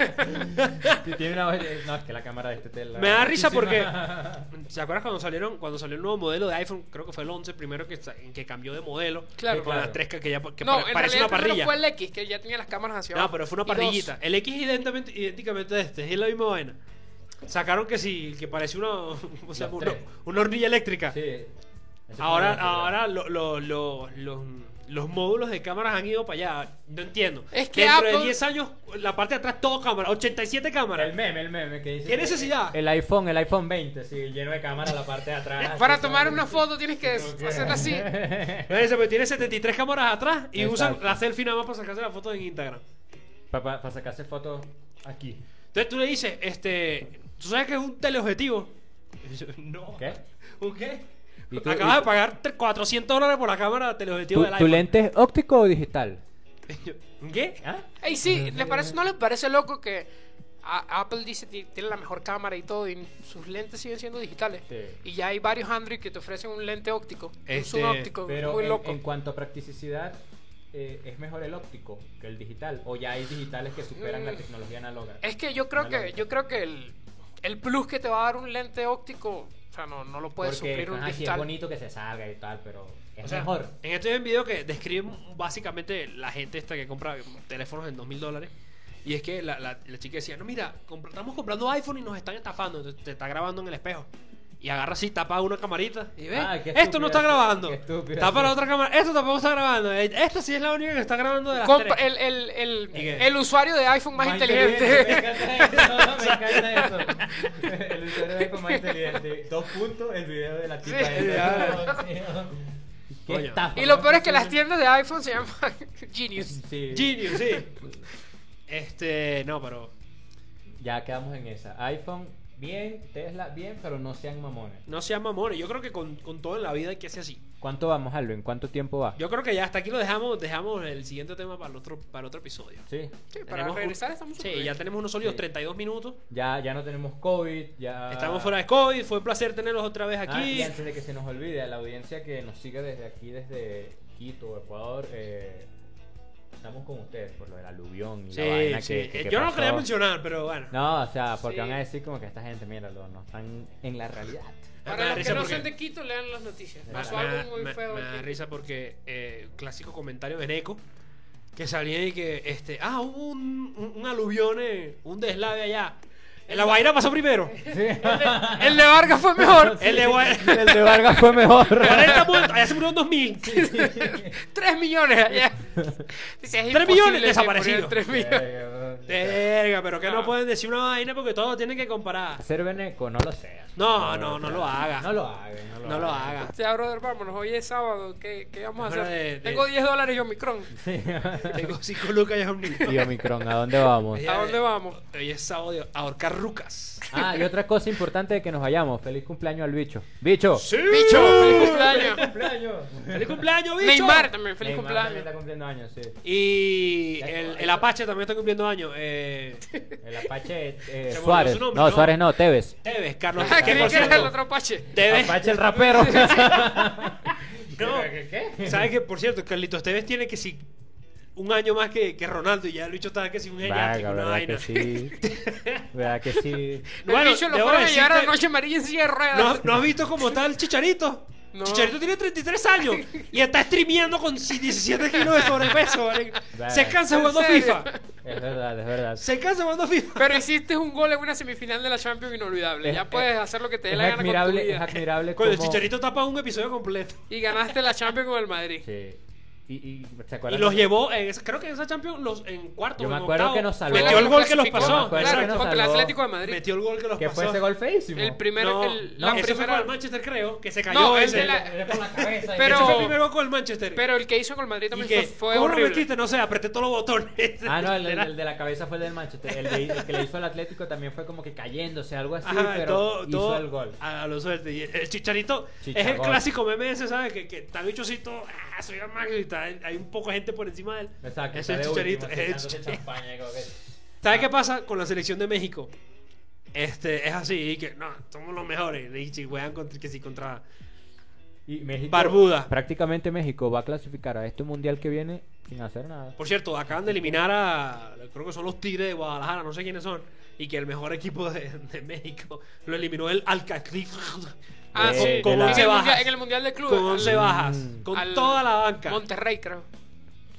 Speaker 1: Sí, tiene una- No, es que la cámara de este Tesla.
Speaker 3: Me da risa porque
Speaker 1: Muchísima.
Speaker 3: ¿Se acuerdas cuando salieron cuando salió el nuevo modelo de iPhone? Creo que fue el 11 primero que, sa- en que cambió de modelo.
Speaker 2: Claro.
Speaker 3: con las
Speaker 1: Claro.
Speaker 3: tres que que ya que
Speaker 2: no,
Speaker 3: pare-
Speaker 2: en
Speaker 3: parece
Speaker 2: realidad
Speaker 3: una
Speaker 2: el primero
Speaker 3: parrilla.
Speaker 2: fue el X, que ya tenía las cámaras hacia abajo.
Speaker 3: No, pero fue una
Speaker 2: Y dos.
Speaker 3: parrillita. El X es idénticamente, idénticamente a este, es la misma vaina. Sacaron que sí, que parecía una, [laughs] o sea,
Speaker 1: Los
Speaker 3: una,
Speaker 1: tres.
Speaker 3: una hornilla
Speaker 1: [laughs]
Speaker 3: eléctrica.
Speaker 1: Sí. Ese
Speaker 3: Ahora,
Speaker 1: fue el-
Speaker 3: ahora lo- lo- lo- los, los módulos de cámaras han ido para allá. No entiendo.
Speaker 2: Es que
Speaker 3: Dentro de
Speaker 2: Apple-
Speaker 3: 10 años, la parte de atrás, todo cámara. 87
Speaker 1: El
Speaker 3: cámaras.
Speaker 1: meme, el meme que dice.
Speaker 3: ¿Qué necesidad?
Speaker 1: El iPhone, el iPhone 20, sí, lleno de cámara la parte de atrás.
Speaker 2: Para
Speaker 1: así,
Speaker 2: tomar
Speaker 1: ¿sabes?
Speaker 2: una foto tienes que
Speaker 1: [laughs]
Speaker 2: hacer así.
Speaker 3: Oye, se me tiene 73 cámaras atrás y usan
Speaker 1: Exacto.
Speaker 3: la selfie nada más para sacarse la foto en Instagram.
Speaker 1: Para sacarse fotos aquí.
Speaker 3: Entonces tú le dices, este, ¿tú sabes que es
Speaker 1: [laughs]
Speaker 3: un teleobjetivo? Y yo, no.
Speaker 1: ¿Qué?
Speaker 3: ¿Un qué?
Speaker 1: ¿Y tú-
Speaker 3: Acabas
Speaker 1: y-
Speaker 3: de pagar tre- 400 dólares por la cámara teleobjetivo
Speaker 1: ¿Tu,
Speaker 3: del
Speaker 1: tu
Speaker 3: iPhone.
Speaker 1: lente es óptico o digital?
Speaker 3: [laughs] Y yo, ¿Qué?
Speaker 1: ¿Ah?
Speaker 2: Ey, sí, ¿les parece, ¿no les parece loco que a- Apple dice que tiene la mejor cámara y todo, y sus lentes siguen siendo digitales.
Speaker 1: Sí.
Speaker 2: Y ya hay varios Android que te ofrecen un lente óptico,
Speaker 3: Este,
Speaker 2: un zoom óptico,
Speaker 1: Pero
Speaker 2: muy
Speaker 1: en,
Speaker 2: loco.
Speaker 1: en cuanto a practicidad, eh, ¿es mejor el óptico que el digital? ¿O ya hay digitales que superan la
Speaker 2: Mm.
Speaker 1: tecnología análoga?
Speaker 2: Es que yo creo
Speaker 1: Una
Speaker 2: que
Speaker 1: lógica.
Speaker 2: yo creo que el, el plus que te va a dar un lente óptico, o sea, no, no lo puedes
Speaker 1: Porque
Speaker 2: suplir un
Speaker 1: ajá, sí es
Speaker 2: digital.
Speaker 1: bonito que se salga y tal, pero es
Speaker 3: O sea,
Speaker 1: mejor.
Speaker 3: En este hay un video que describe básicamente la gente esta que compra teléfonos en 2.000 mil dólares. Y es que la, la- la chica decía, no, mira, comp- estamos comprando iPhone y nos están estafando. Entonces, te está grabando en el espejo. Y agarra así, tapa una camarita y ve,
Speaker 1: Ay, qué
Speaker 3: esto
Speaker 1: estúpido,
Speaker 3: no está grabando.
Speaker 1: qué estúpido.
Speaker 3: Tapa la otra cámara, esto tampoco está grabando. Eh, Esta sí es la única que está grabando de las
Speaker 2: Compra-
Speaker 3: tres.
Speaker 2: el, el, el-
Speaker 3: ¿Y qué?
Speaker 2: el usuario de iPhone más, inteligente.
Speaker 1: Me
Speaker 2: [laughs]
Speaker 1: encanta eso, me encanta eso. [laughs] El usuario es como más inteligente. Dos puntos, el video de la tipa.
Speaker 2: Sí.
Speaker 1: esa. [laughs] Qué
Speaker 3: Coño.
Speaker 1: estafa.
Speaker 2: y lo
Speaker 1: ¿no?
Speaker 2: peor es que las tiendas de iPhone se llaman Genius.
Speaker 1: Sí.
Speaker 3: Genius, sí. Este, no, pero...
Speaker 1: Ya quedamos en esa. iPhone, bien. Tesla, bien, pero no sean mamones.
Speaker 3: No sean mamones. Yo creo que con, con todo en la vida hay que ser así.
Speaker 1: ¿Cuánto vamos, Alvin? ¿Cuánto tiempo va?
Speaker 3: Yo creo que ya hasta aquí lo dejamos. Dejamos el siguiente tema para el otro, para el otro episodio.
Speaker 1: Sí.
Speaker 2: Sí, para
Speaker 3: Tenemos un-
Speaker 2: regresar estamos súper
Speaker 3: Sí,
Speaker 2: bien.
Speaker 3: ya tenemos unos sólidos
Speaker 1: Sí.
Speaker 3: 32 minutos.
Speaker 1: Ya, ya no tenemos COVID. Ya...
Speaker 3: Estamos fuera de COVID. Fue un placer tenerlos otra vez
Speaker 1: Ah, y
Speaker 3: aquí.
Speaker 1: antes de que se nos olvide, a la audiencia que nos sigue desde aquí, desde Quito, Ecuador, eh, estamos con ustedes por lo del aluvión y
Speaker 3: Sí,
Speaker 1: la vaina
Speaker 3: sí.
Speaker 1: que, que-
Speaker 3: Eh,
Speaker 1: que
Speaker 3: Yo no lo
Speaker 1: pasó.
Speaker 3: quería mencionar, pero bueno.
Speaker 1: No, o sea, porque
Speaker 2: Sí.
Speaker 1: van a decir como que esta gente, míralo, no están en la
Speaker 3: [laughs]
Speaker 1: realidad.
Speaker 3: Me da
Speaker 2: Para los
Speaker 3: risa
Speaker 2: que no
Speaker 3: porque-
Speaker 2: sean de Quito, lean las noticias.
Speaker 1: Me da-
Speaker 2: Pasó
Speaker 3: Me
Speaker 2: algo
Speaker 3: da-
Speaker 2: muy
Speaker 3: me-
Speaker 2: feo.
Speaker 3: me da
Speaker 2: aquí.
Speaker 3: risa porque eh, clásico comentario de Neko que salía y que este, ah, hubo un, un, un aluvión, eh, un deslave allá. En la Guaira
Speaker 2: [laughs]
Speaker 3: pasó primero.
Speaker 2: El de Vargas fue mejor.
Speaker 1: [laughs]
Speaker 3: El de Guaira. [laughs]
Speaker 1: El de Vargas fue mejor. [laughs]
Speaker 3: 40 muertos, allá se
Speaker 2: [laughs]
Speaker 3: murieron 2000.
Speaker 2: 3 millones allá. Dice, es
Speaker 3: Tres
Speaker 2: imposible
Speaker 3: millones
Speaker 2: que
Speaker 3: desaparecidos.
Speaker 2: murieran tres millones.
Speaker 1: Eh,
Speaker 3: Verga, pero que no
Speaker 2: No.
Speaker 3: pueden decir una vaina porque todos tienen que comparar.
Speaker 1: Ser veneco, no lo sea.
Speaker 3: No, no, no lo haga.
Speaker 1: No lo haga, no lo
Speaker 3: No lo haga.
Speaker 2: O sea, brother, vámonos. Hoy es sábado. ¿Qué, qué vamos a
Speaker 3: Es hora
Speaker 2: hacer?
Speaker 3: de- de-
Speaker 2: Tengo 10 dólares y Omicron.
Speaker 3: Tengo 5 lucas y es un niño.
Speaker 1: [laughs] Y Omicron, ¿a dónde vamos?
Speaker 3: Ya,
Speaker 2: ¿A dónde
Speaker 3: eh,
Speaker 2: vamos?
Speaker 3: Hoy es sábado de ahorcar rucas.
Speaker 1: Ah, y otra cosa importante de que nos vayamos. Feliz cumpleaños al bicho. Bicho.
Speaker 2: Bicho, feliz cumpleaños.
Speaker 1: cumpleaños.
Speaker 3: ¡Feliz cumpleaños, bicho!
Speaker 2: Neymar también, feliz
Speaker 1: Neymar también
Speaker 2: cumpleaños.
Speaker 1: está cumpliendo años, sí.
Speaker 3: Y el, el Apache también está cumpliendo años. Eh,
Speaker 1: El Apache eh,
Speaker 3: olvidó
Speaker 1: Suárez.
Speaker 3: su nombre,
Speaker 1: no,
Speaker 3: ¿no?
Speaker 1: Suárez no, Tevez.
Speaker 3: Tevez, Carlos.
Speaker 2: Ah,
Speaker 3: que
Speaker 2: creí
Speaker 3: por
Speaker 2: que era el
Speaker 3: cierto,
Speaker 2: otro Pache.
Speaker 3: Tevez.
Speaker 1: Apache el rapero.
Speaker 3: [laughs]
Speaker 1: [laughs]
Speaker 3: No,
Speaker 1: ¿Qué?
Speaker 3: ¿Sabes qué? Por cierto, Carlitos Tevez tiene que si un año más que, que Ronaldo y ya el bicho está que si un geriátrico,
Speaker 1: Vaga,
Speaker 3: una
Speaker 1: verdad que
Speaker 3: vaina.
Speaker 1: sí. Verdad que sí.
Speaker 3: Bueno,
Speaker 2: el bicho lo
Speaker 3: debo
Speaker 2: fueron a llevar a la
Speaker 3: decirte-
Speaker 2: noche amarilla en silla de ruedas.
Speaker 3: ¿No, has- no has visto cómo está el Chicharito?
Speaker 2: No.
Speaker 3: Chicharito tiene 33 años y está streameando con 17 kilos de sobrepeso. ¿vale?
Speaker 1: Vale.
Speaker 3: Se cansa
Speaker 2: ¿En
Speaker 3: jugando
Speaker 2: serio?
Speaker 3: FIFA.
Speaker 1: Es verdad, es verdad.
Speaker 3: Se cansa jugando FIFA.
Speaker 2: Pero hiciste un gol en una semifinal de la Champions inolvidable.
Speaker 1: Es-
Speaker 2: Ya puedes hacer lo que te dé
Speaker 1: Es
Speaker 2: la gana con tu
Speaker 1: admirable, es
Speaker 2: vida.
Speaker 1: admirable
Speaker 3: Coño, el
Speaker 1: cómo-
Speaker 3: Chicharito tapa un episodio completo.
Speaker 2: Y ganaste la Champions con el Madrid.
Speaker 1: Sí. Y, y, ¿se
Speaker 3: Y
Speaker 1: acuerdan?
Speaker 3: los llevó, en esa- creo que en esa Champions, los, en cuarto.
Speaker 1: Yo me
Speaker 3: en
Speaker 1: acuerdo
Speaker 3: octavo,
Speaker 1: que nos salvó.
Speaker 3: Metió el gol que los
Speaker 2: Clasificó,
Speaker 1: Yo me
Speaker 3: pasó.
Speaker 1: acuerdo
Speaker 2: Claro,
Speaker 1: que nos
Speaker 2: contra el
Speaker 1: salvó.
Speaker 2: Atlético de Madrid.
Speaker 3: Metió el gol que los
Speaker 1: Que
Speaker 3: pasó.
Speaker 1: fue ese gol feísimo.
Speaker 2: El primer.
Speaker 3: No,
Speaker 2: el-
Speaker 3: no,
Speaker 2: la
Speaker 3: ese fue
Speaker 2: primera-
Speaker 3: con el Manchester, creo, que se cayó.
Speaker 2: No, el
Speaker 3: ese.
Speaker 2: de la-
Speaker 1: Era por la cabeza.
Speaker 2: Pero-
Speaker 3: Ese fue el primer gol con el Manchester.
Speaker 2: Pero el que hizo con el Madrid
Speaker 3: y
Speaker 2: también
Speaker 3: que,
Speaker 2: fue, fue
Speaker 3: ¿cómo lo
Speaker 2: horrible.
Speaker 3: metiste? No sé, apreté todos los botones.
Speaker 1: Ah, no, el, el-
Speaker 3: Era- [laughs]
Speaker 1: el de la cabeza fue el del Manchester. El, de- el que le hizo al Atlético también fue como que cayéndose, algo así,
Speaker 3: Ajá,
Speaker 1: pero
Speaker 3: todo,
Speaker 1: hizo
Speaker 3: todo
Speaker 1: el gol.
Speaker 3: A, a lo suerte. Y el chicharito es el
Speaker 1: Chicharrón.
Speaker 3: clásico meme ese, ¿sabes? Que, que está bichocito, ah, soy el máximo y está- hay un poco de gente por encima de él.
Speaker 1: O sea, que
Speaker 3: es el
Speaker 1: está de
Speaker 3: chicharito.
Speaker 1: último,
Speaker 3: es el
Speaker 1: echándose
Speaker 3: Chicharito.
Speaker 1: champaña, como que-
Speaker 3: ¿Sabes qué pasa con la selección de México? Este, es así, y que no, somos los mejores. Y si juegan contra, que si contra.
Speaker 1: Y México,
Speaker 3: Barbuda.
Speaker 1: Prácticamente México va a clasificar a este mundial que viene sin hacer nada.
Speaker 3: Por cierto, acaban de eliminar a. Creo que son los Tigres de Guadalajara, no sé quiénes son. Y que el mejor equipo de, de México lo eliminó el Alcatriz.
Speaker 2: Ah,
Speaker 1: Eh,
Speaker 2: sí.
Speaker 1: de
Speaker 2: en,
Speaker 1: la-
Speaker 2: el
Speaker 1: once
Speaker 2: mundial, en el Mundial de Clubes.
Speaker 3: Con 11
Speaker 2: al-
Speaker 3: bajas.
Speaker 1: Mm.
Speaker 3: Con
Speaker 2: al
Speaker 3: toda la banca.
Speaker 2: Monterrey, creo.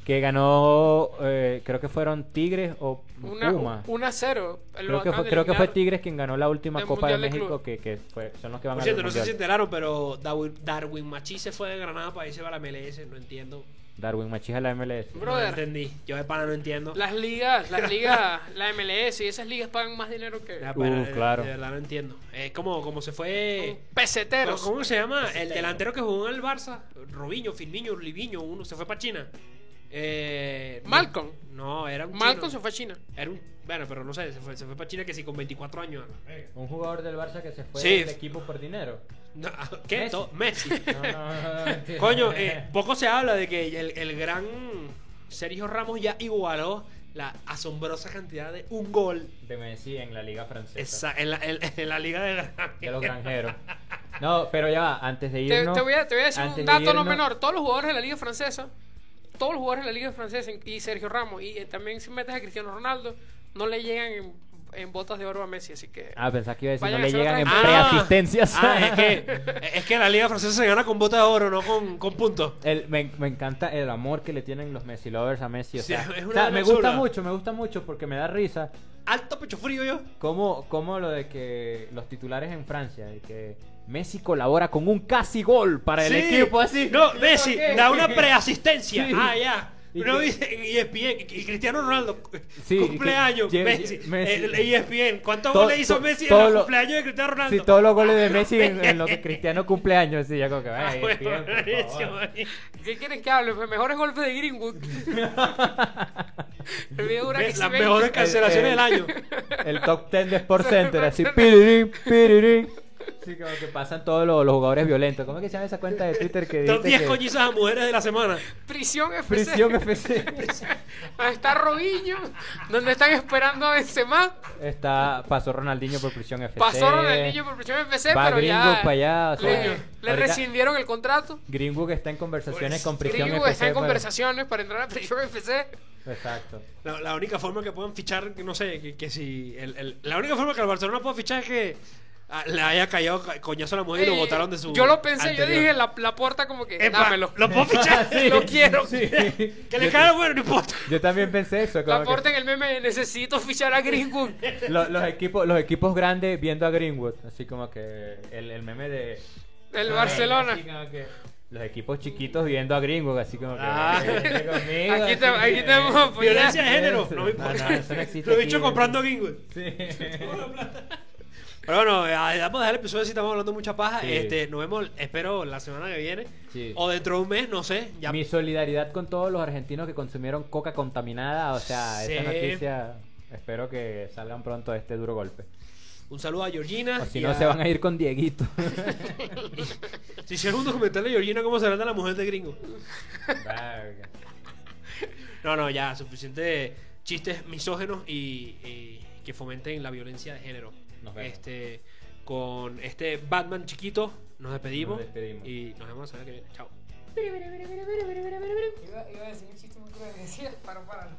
Speaker 1: Que ganó, eh, creo que fueron Tigres o
Speaker 2: Una,
Speaker 1: Puma.
Speaker 2: 1 a 0.
Speaker 1: creo, que fue, creo que fue Tigres quien ganó la última
Speaker 2: del
Speaker 1: Copa de
Speaker 2: Mundial de
Speaker 1: México,
Speaker 2: Club.
Speaker 1: que, que fue- son los que van
Speaker 3: Por
Speaker 1: a
Speaker 3: cierto,
Speaker 1: ganar.
Speaker 3: no sé si se enteraron, pero Darwin, Darwin Machi se fue de Granada para irse para la MLS. No entiendo.
Speaker 1: Darwin Machija, la MLS.
Speaker 3: No
Speaker 2: Brother,
Speaker 3: entendí. Yo de pana no entiendo.
Speaker 2: las ligas, las ligas, la MLS y esas ligas pagan más dinero que
Speaker 3: De
Speaker 1: Uh,
Speaker 3: pana, de-
Speaker 1: claro.
Speaker 3: eh, De verdad no entiendo. Es como, como se fue. ¿Cómo,
Speaker 2: peseteros.
Speaker 3: cómo se llama?
Speaker 1: pues,
Speaker 3: El
Speaker 1: este,
Speaker 3: delantero que jugó en el Barça. Robinho, Firmino, Liviño, uno se fue para China. Eh, no-
Speaker 2: Malcolm.
Speaker 3: No, era un
Speaker 2: Malcolm se
Speaker 3: chino.
Speaker 2: fue a China.
Speaker 3: Era un, bueno, pero no sé, se fue, se fue para China que sí con 24 años. a la verga.
Speaker 1: Un jugador del Barça que se fue
Speaker 3: Sí.
Speaker 1: del equipo por dinero.
Speaker 3: No, [laughs] ¿Qué?
Speaker 1: Messi.
Speaker 3: To- Messi.
Speaker 1: [laughs]
Speaker 3: eh,
Speaker 1: No, no,
Speaker 3: [laughs]
Speaker 1: no, no, no, [laughs]
Speaker 3: Coño, eh, poco se habla de que el, el gran Sergio Ramos ya igualó la asombrosa cantidad de un gol
Speaker 1: de Messi en la liga francesa.
Speaker 3: esa- en, la, en- en la liga de
Speaker 1: De los granjeros. No, pero ya va, antes de
Speaker 2: Te,
Speaker 1: irnos...
Speaker 2: te voy a, te voy a decir
Speaker 1: antes
Speaker 2: un
Speaker 1: de
Speaker 2: dato no
Speaker 1: irnos-
Speaker 2: menor. Todos los jugadores de la Liga Francesa, todos los jugadores de la Liga Francesa y Sergio Ramos, y eh, también si metes a Cristiano Ronaldo, no le llegan en, en botas de oro a Messi, así que...
Speaker 1: Ah, pensás que iba a decir,
Speaker 2: Vayan
Speaker 1: no le
Speaker 2: a hacer
Speaker 1: llegan
Speaker 2: otra-
Speaker 1: en
Speaker 2: Ah,
Speaker 1: preasistencias.
Speaker 3: Ah, es que, es que la liga francesa se gana con bota de oro, no con, con puntos.
Speaker 1: [laughs] El- me, me encanta el amor que le tienen los Messi lovers a Messi. O
Speaker 3: Sí,
Speaker 1: sea,
Speaker 3: es una
Speaker 1: o sea, me
Speaker 3: hermosura.
Speaker 1: gusta mucho, me gusta mucho porque me da risa
Speaker 3: Alto pecho frío yo.
Speaker 1: cómo, cómo lo de que los titulares en Francia, de que Messi colabora con un casi gol para el
Speaker 3: Sí.
Speaker 1: equipo así.
Speaker 3: No, Messi,
Speaker 1: ¿Por qué?
Speaker 3: da [laughs] una preasistencia.
Speaker 1: Sí.
Speaker 3: Ah, ya.
Speaker 1: ¿Y
Speaker 3: Uno
Speaker 1: qué?
Speaker 3: dice ESPN, y Cristiano Ronaldo,
Speaker 1: Sí,
Speaker 3: cumpleaños,
Speaker 1: que-
Speaker 3: Messi,
Speaker 1: Ye- Messi.
Speaker 3: el E ESPN. ¿Cuántos
Speaker 1: To-
Speaker 3: goles hizo
Speaker 1: to-
Speaker 3: Messi en
Speaker 1: todo
Speaker 3: el
Speaker 1: lo-
Speaker 3: cumpleaños de Cristiano Ronaldo?
Speaker 1: Sí, todos los goles de Messi
Speaker 3: [laughs]
Speaker 1: en, en lo que Cristiano cumpleaños, sí, ya como que
Speaker 3: Ah,
Speaker 1: vaya.
Speaker 3: bueno,
Speaker 1: bien, por
Speaker 3: buenísimo,
Speaker 1: favor.
Speaker 3: buenísimo.
Speaker 2: ¿Qué quieren que hable? Pues Mejores golpes de
Speaker 1: [laughs]
Speaker 2: Greenwood. El video dura
Speaker 3: Ve,
Speaker 2: que se
Speaker 3: Las
Speaker 2: ve-
Speaker 3: mejores cancelaciones del
Speaker 1: el-
Speaker 3: año.
Speaker 1: El top 10 de
Speaker 2: [laughs]
Speaker 1: Sport Center, así, pirirín, pirirín. Sí, como que pasan todos los, los jugadores violentos. ¿Cómo es que se llama esa cuenta de Twitter que
Speaker 3: Top
Speaker 1: dice
Speaker 3: 10
Speaker 1: que-
Speaker 3: coñizas a mujeres de la semana.
Speaker 2: Prisión FC.
Speaker 1: Prisión
Speaker 2: [laughs]
Speaker 1: FC.
Speaker 2: Donde está Robinho, donde están esperando a Benzema.
Speaker 1: Está, pasó Ronaldinho por prisión FC.
Speaker 2: Pasó Ronaldinho por prisión FC,
Speaker 1: Va
Speaker 2: pero ya
Speaker 1: Greenwood pa' allá, o sea,
Speaker 2: le, le
Speaker 1: ahorita-
Speaker 2: rescindieron el contrato.
Speaker 1: Greenwood está en conversaciones con prisión FC.
Speaker 2: Greenwood Pues, está en
Speaker 1: para-
Speaker 2: conversaciones para entrar a prisión FC.
Speaker 1: Exacto.
Speaker 3: La, la única forma que puedan fichar, que no sé, que, que si. el- el- la única forma que el Barcelona pueda fichar es que ah, le haya caído ca- coñazo a la mujer y lo
Speaker 2: Eh,
Speaker 3: botaron de su.
Speaker 2: Yo lo pensé, yo
Speaker 3: anterior.
Speaker 2: dije la, la puerta como que
Speaker 3: Epa,
Speaker 2: dámelo.
Speaker 3: Lo
Speaker 1: [laughs]
Speaker 3: puedo fichar.
Speaker 1: Ah,
Speaker 2: [laughs]
Speaker 3: [laughs]
Speaker 1: Sí,
Speaker 2: Lo quiero.
Speaker 1: sí.
Speaker 3: que le
Speaker 1: Yo-
Speaker 3: caiga bueno,
Speaker 2: [laughs]
Speaker 3: no importa.
Speaker 1: Yo también pensé eso. como
Speaker 2: La
Speaker 1: que
Speaker 2: puerta en el meme, necesito fichar a Greenwood.
Speaker 1: lo- los, equipos, los equipos grandes viendo a Greenwood. Así como que el, el meme de.
Speaker 2: El
Speaker 1: Ah,
Speaker 2: Barcelona.
Speaker 1: así como que Los equipos chiquitos viendo a Greenwood. Así como que.
Speaker 3: Ah.
Speaker 1: "Vente conmigo",
Speaker 2: [laughs] Aquí
Speaker 1: así
Speaker 2: te- aquí
Speaker 1: que-
Speaker 2: te vamos a apoyar.
Speaker 3: Violencia de género. No me
Speaker 1: No,
Speaker 3: importa.
Speaker 1: no, eso
Speaker 3: [laughs]
Speaker 1: no existe
Speaker 3: lo he
Speaker 1: aquí,
Speaker 3: dicho
Speaker 1: no
Speaker 3: comprando Greenwood.
Speaker 1: Sí.
Speaker 3: Pero bueno, eh, vamos a dejar el episodio así, estamos hablando mucha paja.
Speaker 1: Sí.
Speaker 3: Este, nos vemos, espero, la semana que viene.
Speaker 1: Sí.
Speaker 3: O dentro de un mes, no sé. Ya
Speaker 1: Mi solidaridad con todos los argentinos que consumieron coca contaminada. O sea,
Speaker 3: Sí.
Speaker 1: esta noticia. Espero que salgan pronto de este duro golpe.
Speaker 3: Un saludo a Georgina.
Speaker 1: O si
Speaker 3: y
Speaker 1: no,
Speaker 3: a-
Speaker 1: se van a ir con Dieguito.
Speaker 3: Si hicieron un documental de Georgina, ¿cómo se trata la mujer de gringo?
Speaker 1: Verga.
Speaker 3: No, no, ya, suficiente chistes misógenos y, y que fomenten la violencia de género.
Speaker 1: Nos vemos.
Speaker 3: Este, con este Batman chiquito, nos despedimos.
Speaker 1: Nos despedimos.
Speaker 3: Y nos vemos la semana que viene. Chao.
Speaker 2: Iba, a decir un chiste muy cruel, decía, para, para.